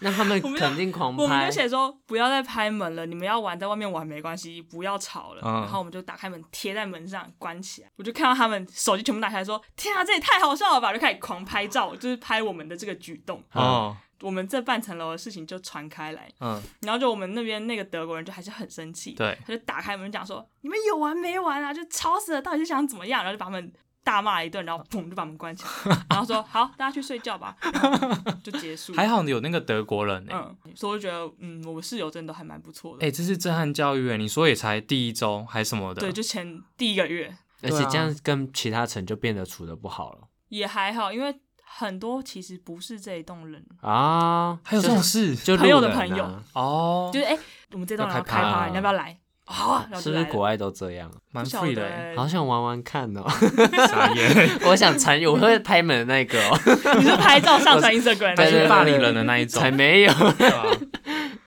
Speaker 2: 那他们
Speaker 3: 我们
Speaker 2: 肯定狂
Speaker 3: 我们
Speaker 2: 拍
Speaker 3: 就，写说不要再拍门了，你们要玩在外面玩没关系，不要吵了。
Speaker 1: 嗯
Speaker 3: 然后我们就打开门贴在门上关起来，我就看到他们手机全部打开说：“天啊，这也太好笑了吧！”就开始狂拍照，就是拍我们的这个举动。
Speaker 1: 哦，
Speaker 3: 我们这半层楼的事情就传开来，
Speaker 1: 嗯，
Speaker 3: 然后就我们那边那个德国人就还是很生气，
Speaker 1: 对，
Speaker 3: 他就打开门讲说：“你们有完没完啊？就吵死了，到底是想怎么样？”然后就把他们大骂一顿，然后砰就把门关起来，然后说：“好，大家去睡觉吧。”然后就 结束。
Speaker 1: 还好有那个德国人呢、欸。
Speaker 3: 嗯，所以我就觉得，嗯，我们室友真的都还蛮不错的。
Speaker 1: 哎、这是震撼教育欸，你说也才第一周还什么的，
Speaker 3: 对，就前第一个月
Speaker 2: 而且这样跟其他城就变得处的不好了
Speaker 3: 也还好，因为很多其实不是这一栋人，哦
Speaker 2: 啊。
Speaker 1: 还有这种事
Speaker 2: 就
Speaker 3: 朋友的
Speaker 2: 路人
Speaker 3: 朋友
Speaker 2: 啊
Speaker 1: 哦
Speaker 3: 就，是哎、我们这栋人要开
Speaker 2: 要开
Speaker 3: 趴，
Speaker 2: 趴
Speaker 3: 你要不要来？好啊，然后
Speaker 2: 是
Speaker 3: 就
Speaker 2: 不
Speaker 3: 来
Speaker 2: 是
Speaker 3: 了
Speaker 2: 国外都这样？
Speaker 1: 蛮
Speaker 3: 不晓
Speaker 1: free
Speaker 3: 得
Speaker 1: 的欸、
Speaker 3: 欸
Speaker 2: 好想玩玩看哦！
Speaker 1: 傻 眼，
Speaker 2: 我想参与，我会拍门的那个哦，
Speaker 3: 你是拍照上传 Instagram
Speaker 1: 他
Speaker 2: 对对
Speaker 1: 是
Speaker 2: 对
Speaker 3: 的
Speaker 1: 霸凌人的那一种
Speaker 2: 才，没有。
Speaker 1: 对吧？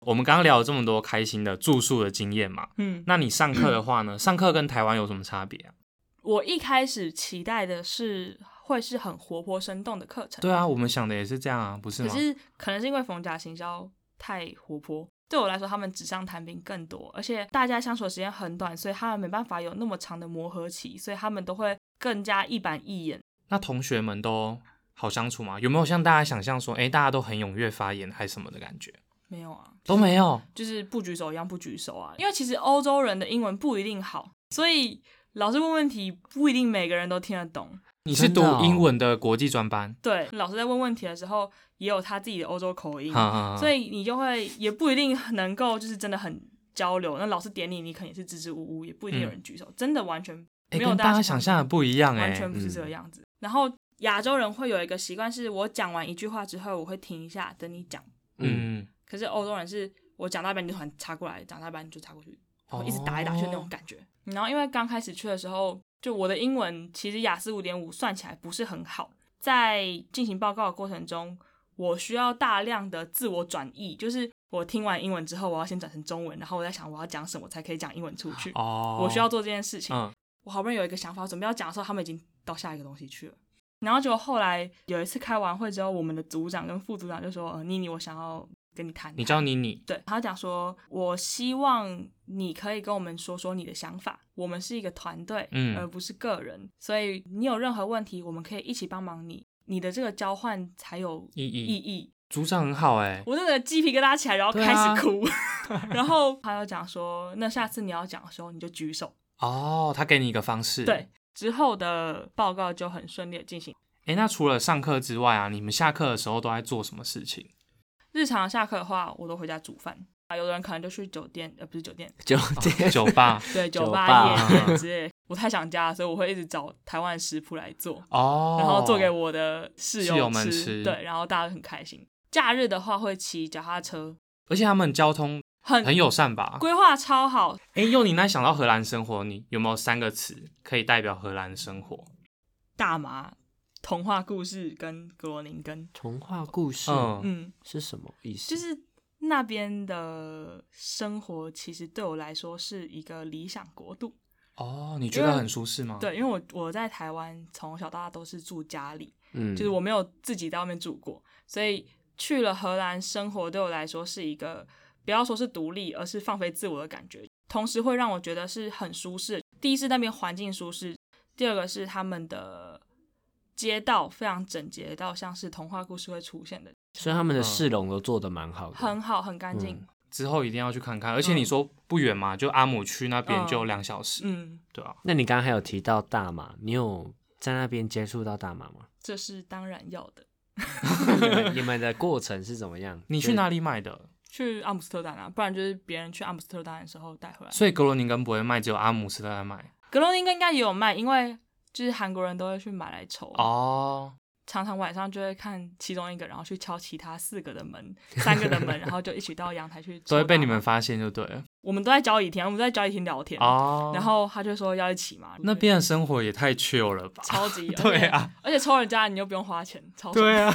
Speaker 1: 我们刚刚聊了这么多开心的住宿的经验嘛，
Speaker 3: 嗯，
Speaker 1: 那你上课的话呢？上课跟台湾有什么差别啊？
Speaker 3: 我一开始期待的是会是很活泼生动的课程，
Speaker 1: 对啊，我们想的也是这样啊，不是
Speaker 3: 可
Speaker 1: 吗？
Speaker 3: 是可能是因为逢甲行销太活泼，对我来说，他们纸上谈兵更多，而且大家相处的时间很短，所以他们没办法有那么长的磨合期，所以他们都会更加一板一眼。
Speaker 1: 那同学们都好相处吗？有没有像大家想象说，哎、大家都很踊跃发言还什么的感觉？
Speaker 3: 没有啊，
Speaker 1: 都没有，
Speaker 3: 就是不举手一样不举手啊，因为其实欧洲人的英文不一定好，所以老师问问题不一定每个人都听得懂。
Speaker 1: 你是读
Speaker 2: 真的哦
Speaker 1: 英文的国际专班，
Speaker 3: 对，老师在问问题的时候，也有他自己的欧洲口音，
Speaker 1: 哈哈哈
Speaker 3: 所以你就会也不一定能够就是真的很交流。那老师点你，你可能也是支支吾吾，也不一定有人举手，真的完全
Speaker 1: 哎、
Speaker 3: 没有
Speaker 1: 跟
Speaker 3: 大
Speaker 1: 大
Speaker 3: 家
Speaker 1: 家想象的不一样哎、
Speaker 3: 完全不是这个样子。然后亚洲人会有一个习惯，是我讲完一句话之后，我会停一下等你讲。
Speaker 2: 嗯，
Speaker 1: 嗯，
Speaker 3: 可是欧洲人是我讲到一半你就突然插过来，讲到一半你就插过去，
Speaker 1: 哦
Speaker 3: 我一直打来打去那种感觉。然后因为刚开始去的时候，就我的英文其实雅思五点五算起来不是很好，在进行报告的过程中，我需要大量的自我转译，就是我听完英文之后，我要先转成中文，然后我在想我要讲什么才可以讲英文出去。
Speaker 1: 哦，
Speaker 3: 我需要做这件事情。
Speaker 1: 嗯
Speaker 3: 我好不容易有一个想法，准备要讲的时候，他们已经到下一个东西去了。然后结果后来有一次开完会之后，我们的组长跟副组长就说：“呃，妮妮，我想要跟你谈谈。”
Speaker 1: 你叫妮妮，
Speaker 3: 对，他讲说：“我希望你可以跟我们说说你的想法。我们是一个团队，
Speaker 1: 嗯
Speaker 3: 而不是个人，所以你有任何问题，我们可以一起帮忙你。你的这个交换才有
Speaker 1: 意义
Speaker 3: 意义。”
Speaker 1: 组长很好哎、
Speaker 3: 我那个鸡皮疙瘩起来，然后
Speaker 1: 对
Speaker 3: 开
Speaker 1: 啊
Speaker 3: 始 哭。然后他又讲说：“那下次你要讲的时候，你就举手。”
Speaker 1: 哦，他给你一个方式，
Speaker 3: 对，之后的报告就很顺利的进行。
Speaker 1: 哎、那除了上课之外啊，你们下课的时候都在做什么事 情？
Speaker 3: 日常下课的话，我都回家煮饭啊。有的人可能就去酒店，呃，不是酒店，
Speaker 2: 就
Speaker 1: 哦
Speaker 2: 这
Speaker 1: 酒吧
Speaker 3: 对，
Speaker 2: 酒
Speaker 3: 酒
Speaker 2: 吧
Speaker 3: 吧、夜店之类的。我太想家了，所以我会一直找台湾食谱来做，
Speaker 1: 哦，
Speaker 3: 然后做给我的室
Speaker 1: 室友们
Speaker 3: 吃。
Speaker 1: 吃
Speaker 3: 对，然后大家都很开心。假日的话会骑脚踏车，
Speaker 1: 而且他们交通
Speaker 3: 很
Speaker 1: 很友善吧？
Speaker 3: 规划超好。
Speaker 1: 哎、用你那想到荷兰生活，你有没有三个词可以代表荷兰生活？
Speaker 3: 大麻、童话故事跟格罗宁根，
Speaker 2: 童话故事
Speaker 1: 嗯，
Speaker 3: 嗯，
Speaker 2: 是什么意思？
Speaker 3: 就是那边的生活，其实对我来说是一个理想国度。
Speaker 1: 哦，你觉得很舒适吗？，
Speaker 3: 对，因为我我在台湾从小到大都是住家里，
Speaker 2: 嗯，
Speaker 3: 就是我没有自己在外面住过，所以去了荷兰生活对我来说是一个不要说是独立，而是放飞自我的感觉，同时会让我觉得是很舒适。第一是那边环境舒适，第二个是他们的街道非常整洁到像是童话故事会出现的，
Speaker 2: 所以他们的市容都做的蛮好的，
Speaker 3: 很好，很干净。
Speaker 1: 之后一定要去看看。而且
Speaker 3: 嗯
Speaker 1: 你说不远嘛，就阿姆区那边就
Speaker 3: 嗯
Speaker 1: 两小时，
Speaker 3: 嗯，
Speaker 1: 对啊。
Speaker 2: 那你刚刚还有提到大麻，你有在那边接触到大麻 吗？
Speaker 3: 这是当然要的。
Speaker 2: 你们你们的过程是怎么样？
Speaker 1: 你去哪里买的？
Speaker 3: 去阿姆斯特丹啊，不然就是别人去阿姆斯特丹的时候带回来。
Speaker 1: 所以格罗宁根不会卖，只有阿姆斯特丹卖。
Speaker 3: 格罗宁根应该也有卖，因为就是韩国人都会去买来抽。啊
Speaker 1: 哦，
Speaker 3: 常常晚上就会看其中一个，然后去敲其他四个的门、三个的门，然后就一起到阳台去抽大麻。
Speaker 1: 都会被你们发现就对了。
Speaker 3: 我们都在交易厅，我们都在交易厅聊天。
Speaker 1: 哦，
Speaker 3: 然后他就说要一起嘛，
Speaker 1: 那边的生活也太 chill 了吧？
Speaker 3: 超级
Speaker 1: 对，啊，
Speaker 3: 而且而且抽人家你又不用花钱，超爽
Speaker 1: 对啊。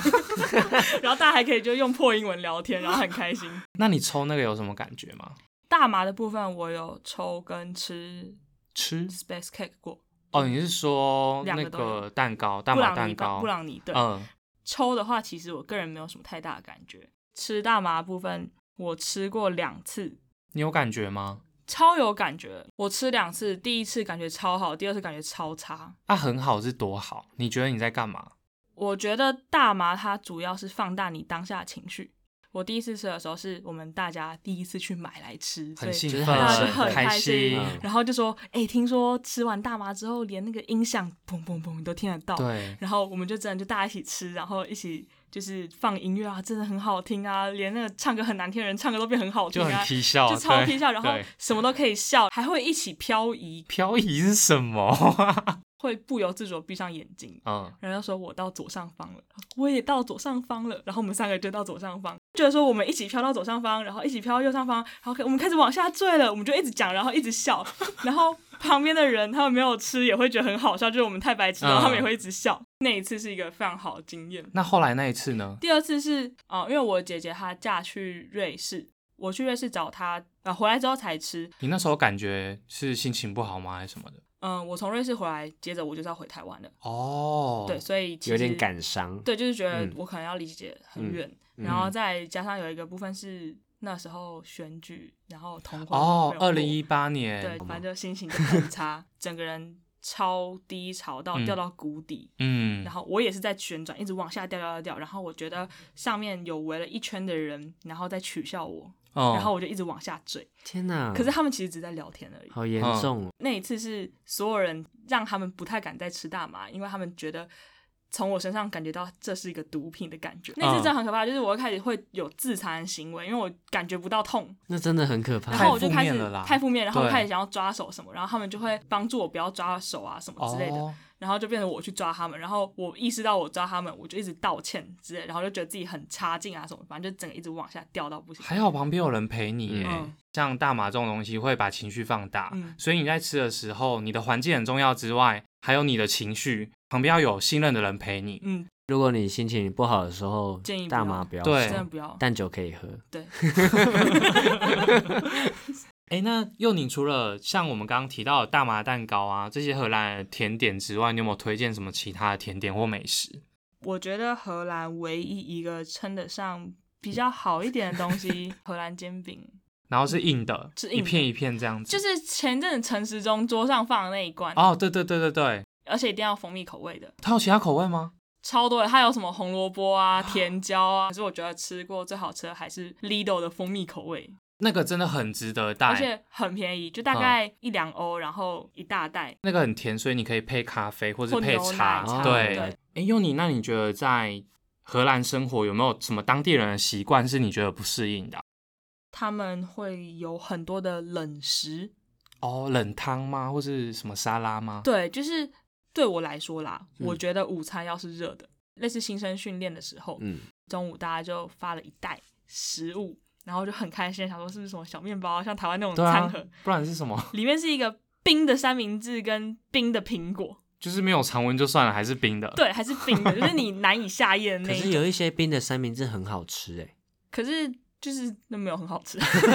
Speaker 3: 然后大家还可以就用破英文聊天，然后很开心。
Speaker 1: 那你抽那个有什么感觉吗？
Speaker 3: 大麻的部分我有抽跟吃
Speaker 1: 吃
Speaker 3: space cake 过，
Speaker 1: 哦，你是说
Speaker 3: 两
Speaker 1: 那
Speaker 3: 个都有
Speaker 1: 个蛋糕，大
Speaker 3: 布
Speaker 1: 麻
Speaker 3: 朗尼
Speaker 1: 蛋
Speaker 3: 吧
Speaker 1: 糕？
Speaker 3: 布朗尼对，
Speaker 1: 嗯，
Speaker 3: 抽的话，其实我个人没有什么太大的感觉。吃大麻的部分，我吃过两次，
Speaker 1: 你有感觉吗？
Speaker 3: 超有感觉。我吃两次，第一次感觉超好，第二次感觉超差。
Speaker 1: 啊，很好是多好？你觉得你在干嘛？
Speaker 3: 我觉得大麻它主要是放大你当下的情绪。我第一次吃的时候，是我们大家第一次去买来吃，所
Speaker 1: 很
Speaker 3: 以
Speaker 1: 兴
Speaker 2: 就是
Speaker 1: 奋，
Speaker 2: 大家
Speaker 3: 就很
Speaker 1: 开
Speaker 3: 开心
Speaker 2: 嗯
Speaker 3: 然后就说：“哎、听说吃完大麻之后，连那个音响砰砰砰你都听得到。”
Speaker 1: 对，
Speaker 3: 然后我们就真的就大家一起吃，然后一起就是放音乐啊，真的很好听啊，连那个唱歌很难听的人唱歌都变很好听
Speaker 1: 就很
Speaker 3: 啊，
Speaker 1: 皮笑，
Speaker 3: 就超
Speaker 1: 对
Speaker 3: 皮笑，然后
Speaker 1: 对
Speaker 3: 什么都可以笑，还会一起漂移，
Speaker 1: 漂移是什么？
Speaker 3: 会不由自主地闭上眼睛。
Speaker 1: 嗯，
Speaker 3: 然后就说我到左上方了，我也到左上方了，然后我们三个就到左上方，觉得说我们一起飘到左上方，然后一起飘到右上方，然后可我们开始往下坠了，我们就一直讲，然后一直笑， 然后旁边的人他们没有吃也会觉得很好笑，就是我们太白痴，然后他
Speaker 2: 嗯
Speaker 3: 们也会一直笑。那一次是一个非常好的经验。
Speaker 1: 那后来那一次呢？
Speaker 3: 第二次是啊、呃因为我姐姐她嫁去瑞士，我去瑞士找她，啊、回来之后才吃。
Speaker 1: 你那时候感觉是心情不好吗，还是什么的？
Speaker 3: 嗯、我从瑞士回来，接着我就是要回台湾了，
Speaker 1: 哦，
Speaker 3: 对，，所以其实
Speaker 2: 有点感伤。
Speaker 3: 对，就是觉得
Speaker 2: 嗯
Speaker 3: 我可能要离姐很
Speaker 2: 嗯
Speaker 3: 远，
Speaker 2: 嗯
Speaker 3: 然后再加上有一个部分是那时候选举，然后同婚
Speaker 1: 哦
Speaker 3: 没，有过
Speaker 1: 二零一八
Speaker 3: 对
Speaker 1: 年，，哦
Speaker 3: 反正就心情就很差，整个人超低潮到
Speaker 1: 嗯
Speaker 3: 掉到谷底。
Speaker 1: 嗯
Speaker 3: 然，后我也是在旋转，一直往下掉掉掉掉。然后我觉得上面有围了一圈的人，然后在取笑我，
Speaker 1: 哦，嗯
Speaker 3: 然后我就一直往下坠。
Speaker 2: 天哪！
Speaker 3: 可是他们其实只是在聊天而已。
Speaker 2: 好严重哦，
Speaker 3: 那一次是所有人让他们不太敢再吃大麻，因为他们觉得从我身上感觉到这是一个毒品的感觉。那一
Speaker 1: 嗯
Speaker 3: 次真的很可怕，就是我一开始会有自残行为，因为我感觉不到痛，
Speaker 2: 那真的很可
Speaker 3: 然
Speaker 1: 太
Speaker 3: 后
Speaker 2: 怕。
Speaker 3: 我就
Speaker 1: 负
Speaker 3: 开
Speaker 1: 面
Speaker 3: 始
Speaker 1: 了啦
Speaker 3: 太负面，然后我
Speaker 1: 对
Speaker 3: 开始想要抓手什么，然后他们就会帮助我不要抓手啊什么之类的，
Speaker 1: 哦
Speaker 3: 然后就变成我去抓他们，然后我意识到我抓他们，我就一直道歉之类，然后就觉得自己很差劲啊什么，反正就整个一直往下掉到不行。
Speaker 1: 还好旁边有人陪你耶。
Speaker 3: 嗯
Speaker 1: 像大麻这种东西会把情绪放大，
Speaker 3: 嗯
Speaker 1: 所以你在吃的时候，你的环境很重要之外，还有你的情绪，旁边要有信任的人陪你。
Speaker 3: 嗯，
Speaker 2: 如果你心情不好的时候
Speaker 3: 建议，不要
Speaker 2: 大麻不要
Speaker 1: 对
Speaker 3: 真的
Speaker 2: 吃，
Speaker 3: 不要。
Speaker 2: 但酒可以喝。
Speaker 1: 哎、那佑宁除了像我们刚刚提到的大麻蛋糕啊这些荷兰的甜点之外，你有没有推荐什么其他的甜点或美食？
Speaker 3: 我觉得荷兰唯一一个称得上比较好一点的东西， 荷兰煎饼，
Speaker 1: 然后是硬的，
Speaker 3: 嗯是
Speaker 1: 一
Speaker 3: 硬的
Speaker 1: 片一片这样子。
Speaker 3: 就是前阵子陈时中桌上放的那一罐，
Speaker 1: 哦，对对对对对，
Speaker 3: 而且一定要蜂蜜口味的，
Speaker 1: 它有其他口味吗？
Speaker 3: 超多的。它有什么红萝卜啊、甜椒啊，可是我觉得吃过最好吃的还是 Lido 的蜂蜜口味，
Speaker 1: 那个真的很值得带，
Speaker 3: 而且很便宜，就大概一两欧，然后一大袋。
Speaker 1: 那个很甜，所以你可以配咖啡或是
Speaker 3: 或
Speaker 1: 配
Speaker 3: 牛奶
Speaker 1: 茶。
Speaker 3: 茶
Speaker 1: 对，
Speaker 3: 对
Speaker 1: 哎，佑宁，那你觉得在荷兰生活有没有什么当地人的习惯是你觉得不适应的啊？
Speaker 3: 他们会有很多的冷食，
Speaker 1: 哦，冷汤吗？或是什么沙拉吗？
Speaker 3: 对，就是对我来说啦，
Speaker 2: 嗯
Speaker 3: 我觉得午餐要是热的，类似新生训练的时候，
Speaker 2: 嗯，
Speaker 3: 中午大家就发了一袋食物，然后就很开心，想说是不是什么小面包啊，像台湾那种
Speaker 1: 对啊
Speaker 3: 餐盒，，
Speaker 1: 不然是什么？
Speaker 3: 里面是一个冰的三明治跟冰的苹果，
Speaker 1: 就是没有常温就算了，还是冰的。，
Speaker 3: 对，还是冰的，就是你难以下咽的
Speaker 2: 可
Speaker 3: 那
Speaker 2: 是
Speaker 3: 一种。
Speaker 2: 有一些冰的三明治很好吃哎。
Speaker 3: 可是就是那没有很好吃，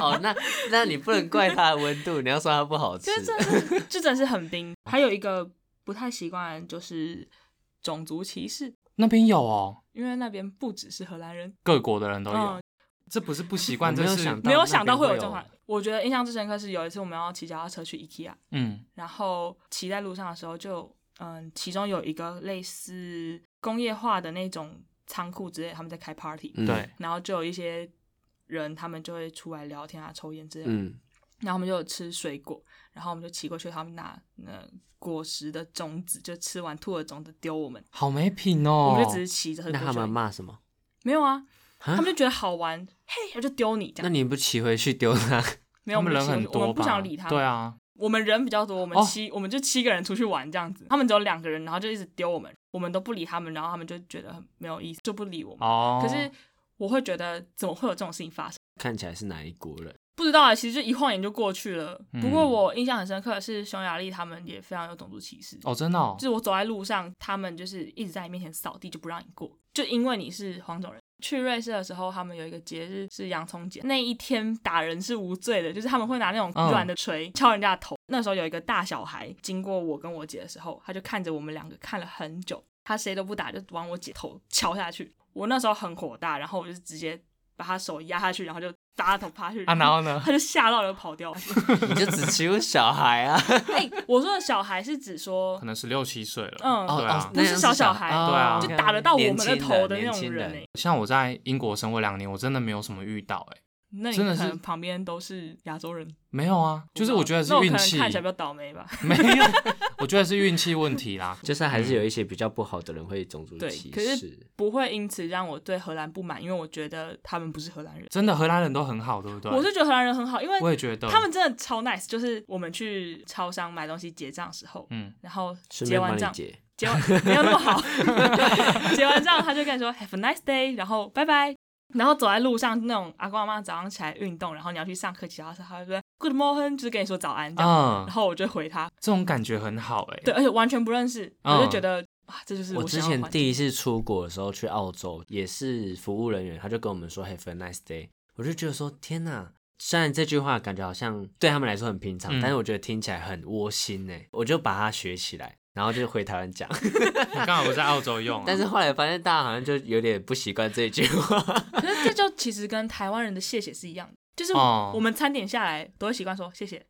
Speaker 2: 哦，那那你不能怪它的温 度，你要说它不好吃
Speaker 3: 就是真的是，就真的是很冰。还有一个不太习惯就是种族歧视，
Speaker 1: 那边有哦，
Speaker 3: 因为那边不只是荷兰人，
Speaker 1: 各国的人都有。
Speaker 3: 嗯，
Speaker 1: 这不是不习惯，
Speaker 2: 我
Speaker 1: 这
Speaker 2: 没有
Speaker 1: 是
Speaker 2: 想到
Speaker 3: 没有想到会有
Speaker 2: 那边会有
Speaker 3: 这种话。我觉得印象最深刻是有一次我们要骑脚踏车去 IKEA，
Speaker 1: 嗯
Speaker 3: 然后骑在路上的时候就，嗯，其中有一个类似工业化的那种仓库之类，他们在开 party，、
Speaker 2: 嗯
Speaker 1: 对，
Speaker 3: 然后就有一些人他们就会出来聊天啊、抽烟之类的，
Speaker 2: 嗯，
Speaker 3: 然后我们就有吃水果，然后我们就骑过去，他们拿那果实的种子，就吃完吐的种子丢我们，
Speaker 1: 好没品哦。
Speaker 3: 我们就只是骑着
Speaker 2: 那
Speaker 3: 过去
Speaker 2: 他
Speaker 3: 而
Speaker 2: 们
Speaker 3: 已，
Speaker 2: 骂什么？
Speaker 3: 没有啊，
Speaker 2: 他
Speaker 3: 他们就觉得好玩，嘿，我就丢你这
Speaker 2: 那
Speaker 3: 样，
Speaker 2: 你不骑回去丢它？
Speaker 3: 没有，
Speaker 1: 他们
Speaker 3: 我
Speaker 1: 人
Speaker 3: 骑过
Speaker 1: 很
Speaker 3: 去
Speaker 1: 多吧？
Speaker 3: 我们不想理他们，
Speaker 1: 对啊，
Speaker 3: 我们人比较多，我们
Speaker 1: 哦
Speaker 3: 七、我们就七个人出去玩这样子，他们只有两个人，然后就一直丢我们，我们都不理他们，然后他们就觉得很没有意思，就不理我们。
Speaker 1: 哦。
Speaker 3: 可是我会觉得怎么会有这种事情发生？
Speaker 2: 看起来是哪一国人？
Speaker 3: 不知道啊，其实就一晃眼就过去了。
Speaker 1: 嗯
Speaker 3: 不过我印象很深刻的是匈牙利他们也非常有种族歧视，
Speaker 1: 哦，真的哦
Speaker 3: 就，是我走在路上，他们就是一直在你面前扫地，就不让你过，就因为你是黄种人。去瑞士的时候，他们有一个节日是洋葱节，那一天打人是无罪的，就是他们会拿那种
Speaker 1: 嗯
Speaker 3: 软的锤敲人家的头。那时候有一个大小孩经过我跟我姐的时候，他就看着我们两个看了很久，他谁都不打，就往我姐头敲下去。我那时候很火大，然后我就直接把他手压下去，然后就砸头趴下去
Speaker 1: 啊，然后呢？
Speaker 3: 他 就吓到了 跑掉。
Speaker 2: 你就只欺负小孩啊？
Speaker 3: 哎、我说的小孩是指说
Speaker 1: 可，能十六七岁了，
Speaker 3: 嗯
Speaker 2: 哦
Speaker 1: 对啊。
Speaker 3: 不是
Speaker 2: 那样哦
Speaker 3: 小小孩
Speaker 1: 对啊
Speaker 3: 就打得到我们的头的那
Speaker 2: 年
Speaker 3: 种
Speaker 2: 轻
Speaker 3: 人
Speaker 2: 人
Speaker 3: 哎、
Speaker 1: 像我在英国生活两年，我真的没有什么遇到、欸，哎，
Speaker 3: 那你
Speaker 1: 真的
Speaker 3: 可
Speaker 1: 是
Speaker 3: 能旁边都是亚洲人，
Speaker 1: 没有啊，就是我觉得是
Speaker 3: 那我可
Speaker 1: 运
Speaker 3: 能
Speaker 1: 气，
Speaker 3: 看起来比较倒霉吧。
Speaker 1: 没有，我觉得是运气问题啦。
Speaker 2: 就是还是有一些比较不好的人会种族
Speaker 3: 嗯对
Speaker 2: 歧
Speaker 3: 可是
Speaker 2: 视。
Speaker 3: 不会因此让我对荷兰不满，因为我觉得他们不是荷兰人。
Speaker 1: 真的荷兰人都很好，对不对？
Speaker 3: 我是觉得荷兰人很好，因为
Speaker 1: 我也觉得
Speaker 3: 他们真的超 nice。就是我们去超商买东西结账的时候，
Speaker 1: 嗯，
Speaker 3: 然后
Speaker 2: 顺
Speaker 3: 结
Speaker 2: 便
Speaker 3: 完
Speaker 2: 帮
Speaker 3: 账
Speaker 2: 你，解，
Speaker 3: 结完没有那 么好，结完账他就跟你说 Have a nice day，然后拜拜。然后走在路上，那种阿公阿妈早上起来运动，然后你要去上课，其他时候他会说 Good morning，就是跟你说早安这样。
Speaker 1: 嗯
Speaker 3: 然，后我就回他，
Speaker 1: 这种感觉很好哎、
Speaker 3: 对，而且完全不认识，
Speaker 1: 嗯
Speaker 3: 我就觉得啊，这就是
Speaker 2: 我
Speaker 3: 想
Speaker 2: 之
Speaker 3: 要的
Speaker 2: 前
Speaker 3: 环境
Speaker 2: 第一次出国的时候去澳洲，也是服务人员，他就跟我们说 “Have a nice day”，我就觉得说天哪！虽然这句话感觉好像对他们来说很平常，
Speaker 1: 嗯
Speaker 2: 但是我觉得听起来很窝心呢，我就把它学起来，然后就回台湾讲。
Speaker 1: 我刚好我在澳洲用、啊，
Speaker 2: 但是后来发现大家好像就有点不习惯这句话。
Speaker 3: 可是这就其实跟台湾人的谢谢是一样的，就是
Speaker 1: 哦
Speaker 3: 我们餐点下来都会习惯说谢谢，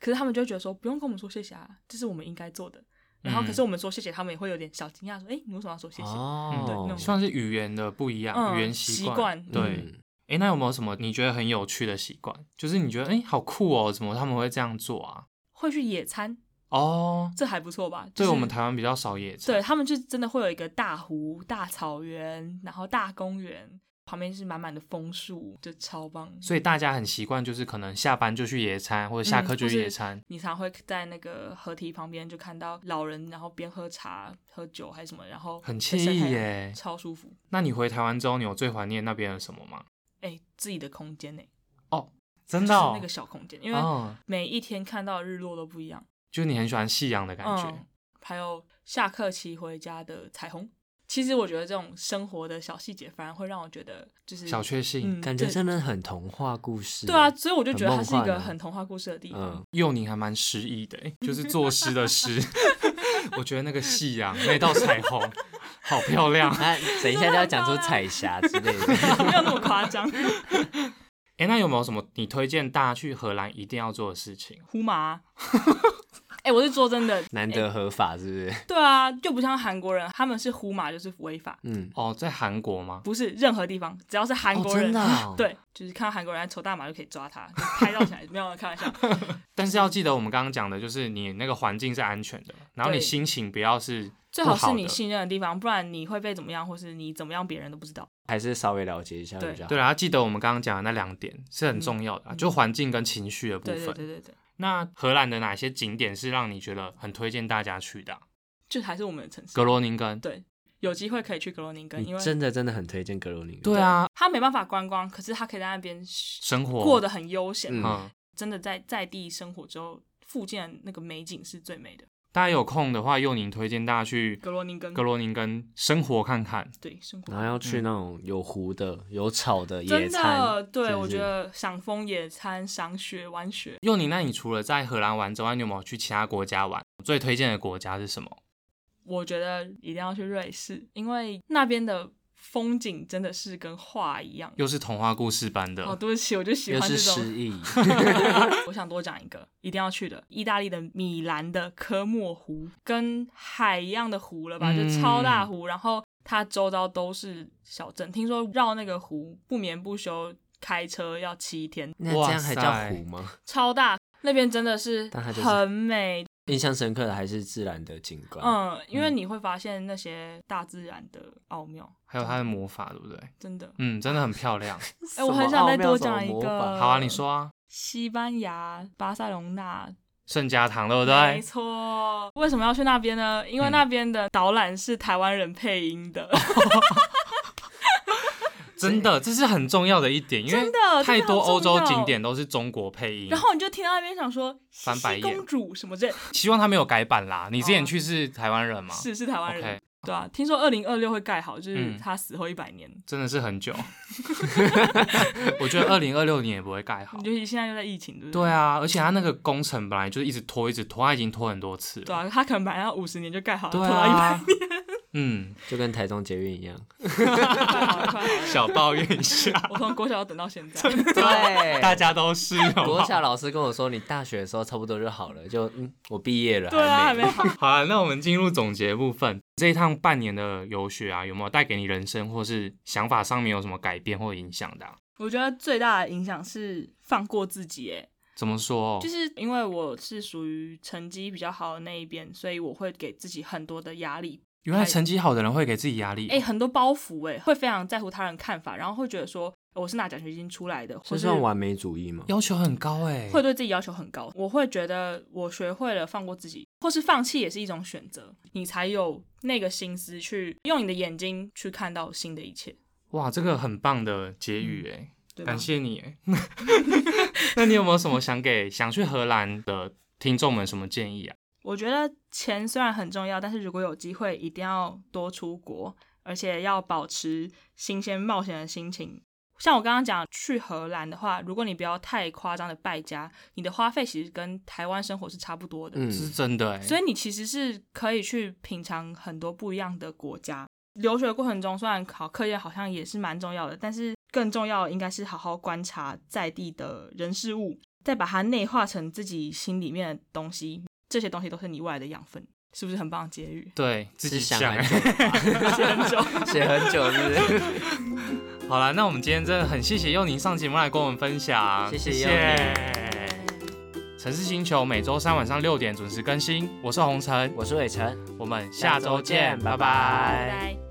Speaker 3: 可是他们就会觉得说不用跟我们说谢谢啊，这是我们应该做的。然后可是我们说谢谢，他们也会有点小惊讶，说哎、诶你为什么要 说谢谢？
Speaker 1: 嗯
Speaker 3: 对那
Speaker 2: 哦
Speaker 3: 种
Speaker 1: 算是语言的不一样，
Speaker 3: 嗯
Speaker 1: 语言习
Speaker 3: 习惯
Speaker 1: 对，哎、
Speaker 2: 嗯
Speaker 1: 那有没有什么你觉得很有趣的习惯？就是你觉得哎、诶好酷哦，怎么他们会这样做啊？
Speaker 3: 会去野餐，
Speaker 1: 哦，
Speaker 3: 这还不错吧？就
Speaker 1: 对
Speaker 3: 是、
Speaker 1: 我们台湾比较少野餐，
Speaker 3: 对他们就真的会有一个大湖、大草原，然后大公园，旁边是满满的枫树，就超棒。
Speaker 1: 所以大家很习惯，就是可能下班就去野餐，或者
Speaker 3: 嗯
Speaker 1: 下课就去野餐。
Speaker 3: 你常会在那个河堤旁边就看到老人，然后边喝茶、喝酒还是什么，然后
Speaker 1: 很
Speaker 3: 在
Speaker 1: 惬
Speaker 3: 晒太
Speaker 1: 意
Speaker 3: 阳
Speaker 1: 耶
Speaker 3: 超舒服。
Speaker 1: 那你回台湾之后，你有最怀念那边有什么吗？
Speaker 3: 哎、自己的空间呢、
Speaker 1: 真
Speaker 3: 就
Speaker 1: 的、
Speaker 3: 是
Speaker 1: 哦，
Speaker 3: 那个小空间，因为
Speaker 1: 嗯，
Speaker 3: 每一天看到的日落都不一样，
Speaker 1: 就是你很喜欢夕阳的感觉。
Speaker 3: 嗯，还有下课骑回家的彩虹。其实我觉得这种生活的小细节，反而会让我觉得就是
Speaker 1: 小确幸。
Speaker 3: 嗯，
Speaker 2: 感觉
Speaker 3: 对
Speaker 2: 真的很童话故事。欸
Speaker 3: 对啊，，所以我就觉得
Speaker 2: 很
Speaker 3: 它
Speaker 2: 梦
Speaker 3: 是一个
Speaker 2: 幻啊
Speaker 3: 很童话故事的地方。
Speaker 2: 嗯，
Speaker 1: 幼宁还蛮诗意的、欸，就是作诗的诗。 我觉得那个夕阳，那道彩虹，好漂亮。
Speaker 2: 那等一下就要讲出彩霞之类的。
Speaker 3: 没有那么夸张，
Speaker 1: 哎、那有没有什么你推荐大家去荷兰一定要做的事情？
Speaker 3: 胡麻。 哎、我是说真的，
Speaker 2: 难得合法是不是？
Speaker 3: 对啊，就不像韩国人，他们是胡麻就是违法，
Speaker 2: 嗯，
Speaker 1: 哦，在韩国吗？
Speaker 3: 不是任何地方，只要是韩国人，
Speaker 2: 哦真的
Speaker 1: 啊
Speaker 2: 哦
Speaker 3: 对，就是看到韩国人在抽大麻就可以抓他，就拍照起来， 没有开玩笑，
Speaker 1: 但是要记得我们刚刚讲的，就是你那个环境是安全的，然后你
Speaker 3: 对
Speaker 1: 心情不要是
Speaker 3: 最
Speaker 1: 不
Speaker 3: 好
Speaker 1: 好
Speaker 3: 是
Speaker 1: 的
Speaker 3: 你信任的地方，不然你会被怎么样，或是你怎么样，别人都不知道。
Speaker 2: 还是稍微了解一下比较好。
Speaker 1: 对啦，要记得我们刚刚讲的那两点是很重要的、啊，就环境跟情绪的部
Speaker 3: 嗯对
Speaker 1: 分。
Speaker 3: 对对对对，
Speaker 1: 那荷兰的哪些景点是让你觉得很推荐大家去的啊、
Speaker 3: 就还是我们的城市
Speaker 1: 格，罗宁根。
Speaker 3: 对，有机会可以去格罗宁根，因
Speaker 2: 你
Speaker 3: 为
Speaker 2: 真的真的很推荐格罗宁根。
Speaker 1: 对啊，
Speaker 3: 他没办法观光，可是他可以在那边
Speaker 1: 生活
Speaker 3: 过得很悠闲，
Speaker 2: 嗯
Speaker 1: 嗯，
Speaker 3: 真的在在地生活之后，附近的那个美景是最美的。
Speaker 1: 大家有空的话，佑宁推荐大家去
Speaker 3: 格罗宁根，
Speaker 1: 格罗宁根生活看看。
Speaker 3: 对生活
Speaker 2: 然后要去那种有湖的、有草的野
Speaker 3: 真
Speaker 2: 餐
Speaker 3: 的，，对
Speaker 2: 是不
Speaker 3: 我
Speaker 2: 是
Speaker 3: 觉得赏枫、野餐、赏雪、玩雪，
Speaker 1: 佑宁，那你除了在荷兰玩之外，你有没有去其他国家玩？最推荐的国家是什么？
Speaker 3: 我觉得一定要去瑞士，因为那边的风景真的是跟画一样。
Speaker 1: 又是童话故事般的，
Speaker 3: 哦，对不起，我就喜
Speaker 2: 又
Speaker 3: 欢这
Speaker 2: 是
Speaker 3: 种
Speaker 2: 失。忆。
Speaker 3: 我想多讲一个一定要去的，意大利的米兰的科莫湖，跟海一样的湖了吧，
Speaker 1: 嗯
Speaker 3: 就超大湖，然后它周遭都是小镇。听说绕那个湖不眠不休开车要七天，
Speaker 2: 那这样还叫湖吗？
Speaker 3: 超大。那边真的是
Speaker 2: 但它就是
Speaker 3: 很美，
Speaker 2: 印象深刻的还是自然的景观。
Speaker 3: 嗯，因为
Speaker 1: 嗯
Speaker 3: 你会发现那些大自然的奥妙，
Speaker 1: 还有它的魔法，对不对？
Speaker 3: 真的。
Speaker 1: 嗯，真的很漂 亮。
Speaker 2: 什
Speaker 3: 哎、
Speaker 2: 么
Speaker 3: 我
Speaker 2: 奥妙，
Speaker 3: 很想再多
Speaker 2: 什么
Speaker 3: 讲一
Speaker 2: 魔
Speaker 3: 个。
Speaker 2: 法
Speaker 1: 好啊，你。说啊，
Speaker 3: 西班牙巴塞隆纳，
Speaker 1: 圣家堂，对不
Speaker 3: 没
Speaker 1: 对？
Speaker 3: 错。为什么要去那边呢？因为
Speaker 1: 嗯哦
Speaker 3: 那边的导览是台湾人配音的，
Speaker 1: 真的，这是很重要的一点，因为
Speaker 3: 真的
Speaker 1: 太多欧洲景。
Speaker 3: 真的好重要
Speaker 1: 点都是中国配音。
Speaker 3: 然后你就听到那边想说“西
Speaker 1: 翻白
Speaker 3: 西
Speaker 1: 眼
Speaker 3: 公主”什么这，
Speaker 1: 希望他没有改版啦。你之前
Speaker 3: 哦
Speaker 1: 去是台湾人吗？
Speaker 3: 是是台湾人
Speaker 1: OK
Speaker 3: 对啊，听说二零二六会盖好，就是
Speaker 1: 嗯
Speaker 3: 他死后一百年，
Speaker 1: 真的是很 久。 我觉得二零二六年也不会盖好
Speaker 3: 你。就现在又在疫情，对不对？
Speaker 1: 对啊，而且他那个工程
Speaker 3: 啊
Speaker 1: 本来就是一直拖，一直拖，他已经拖很多次了。
Speaker 3: 对啊，他可能本来要五十年就盖好，拖
Speaker 1: 对
Speaker 3: 到一百
Speaker 1: 啊
Speaker 3: 年。，
Speaker 1: 嗯，
Speaker 2: 就跟台中捷运一样。
Speaker 3: 快好了，快好了！
Speaker 1: 小抱怨一下，
Speaker 3: 我从国小要等到现在，哎
Speaker 2: 对
Speaker 1: 大家都是好不好
Speaker 2: 国小老师跟我说，你大学的时候差不多就好了，就嗯，我毕业了，
Speaker 3: 对啊，还
Speaker 2: 没
Speaker 3: 没好。
Speaker 1: 好了，那我们进入总结部分。这一趟半年的游学啊，有没有带给你人生或是想法上面有什么改变或影响的啊、
Speaker 3: 我觉得最大的影响是放过自己，哎，
Speaker 1: 怎么说？哦
Speaker 3: 就是因为我是属于成绩比较好的那一边，所以我会给自己很多的压力，
Speaker 1: 原来成绩好的人会给自己压力。
Speaker 2: 嗯
Speaker 3: 哎、很多包袱，哎，会非常在乎他人看法，然后会觉得说呃我是拿奖学金出来的，或
Speaker 2: 这
Speaker 3: 是
Speaker 2: 算完美主义吗？
Speaker 1: 要求很高哎、
Speaker 3: 会对自己要求很高。我会觉得我学会了放过自己，或是放弃也是一种选择，你才有那个心思去用你的眼睛去看到新的一切。
Speaker 1: 哇，这个很棒的结语哎、
Speaker 3: 嗯对吧啊
Speaker 1: 感谢你哎、 那你有没有什么想给想去荷兰的听众们什么建议啊？
Speaker 3: 我觉得钱虽然很重要，但是如果有机会，一定要多出国，而且要保持新鲜冒险的心情。像我刚刚讲，去荷兰的话，如果你不要太夸张的败家，你的花费其实跟台湾生活是差不多的，
Speaker 2: 嗯
Speaker 1: 这是真的哎、？
Speaker 3: 所以你其实是可以去品尝很多不一样的国家。留学的过程中，虽然考课业好像也是蛮重要的，但是更重要的应该是好好观察在地的人事物，再把它内化成自己心里面的东西。这些东西都是你未来的养分，是不是很棒的结语
Speaker 1: 对自己
Speaker 2: 是想
Speaker 1: 想、
Speaker 2: 很
Speaker 1: 欸。
Speaker 2: 久的吧，
Speaker 3: 写很 久
Speaker 2: 写很久是不 是？
Speaker 1: 好了，那我们今天真的很谢谢佑宁上节目来跟我们分享，
Speaker 2: 谢谢
Speaker 1: 谢哎城市星球每周三晚上六点准时更新，我是红尘，
Speaker 2: 我是伟成。
Speaker 1: 我们下周见，
Speaker 2: 下周见
Speaker 1: 拜
Speaker 2: 拜
Speaker 1: 拜
Speaker 3: 拜。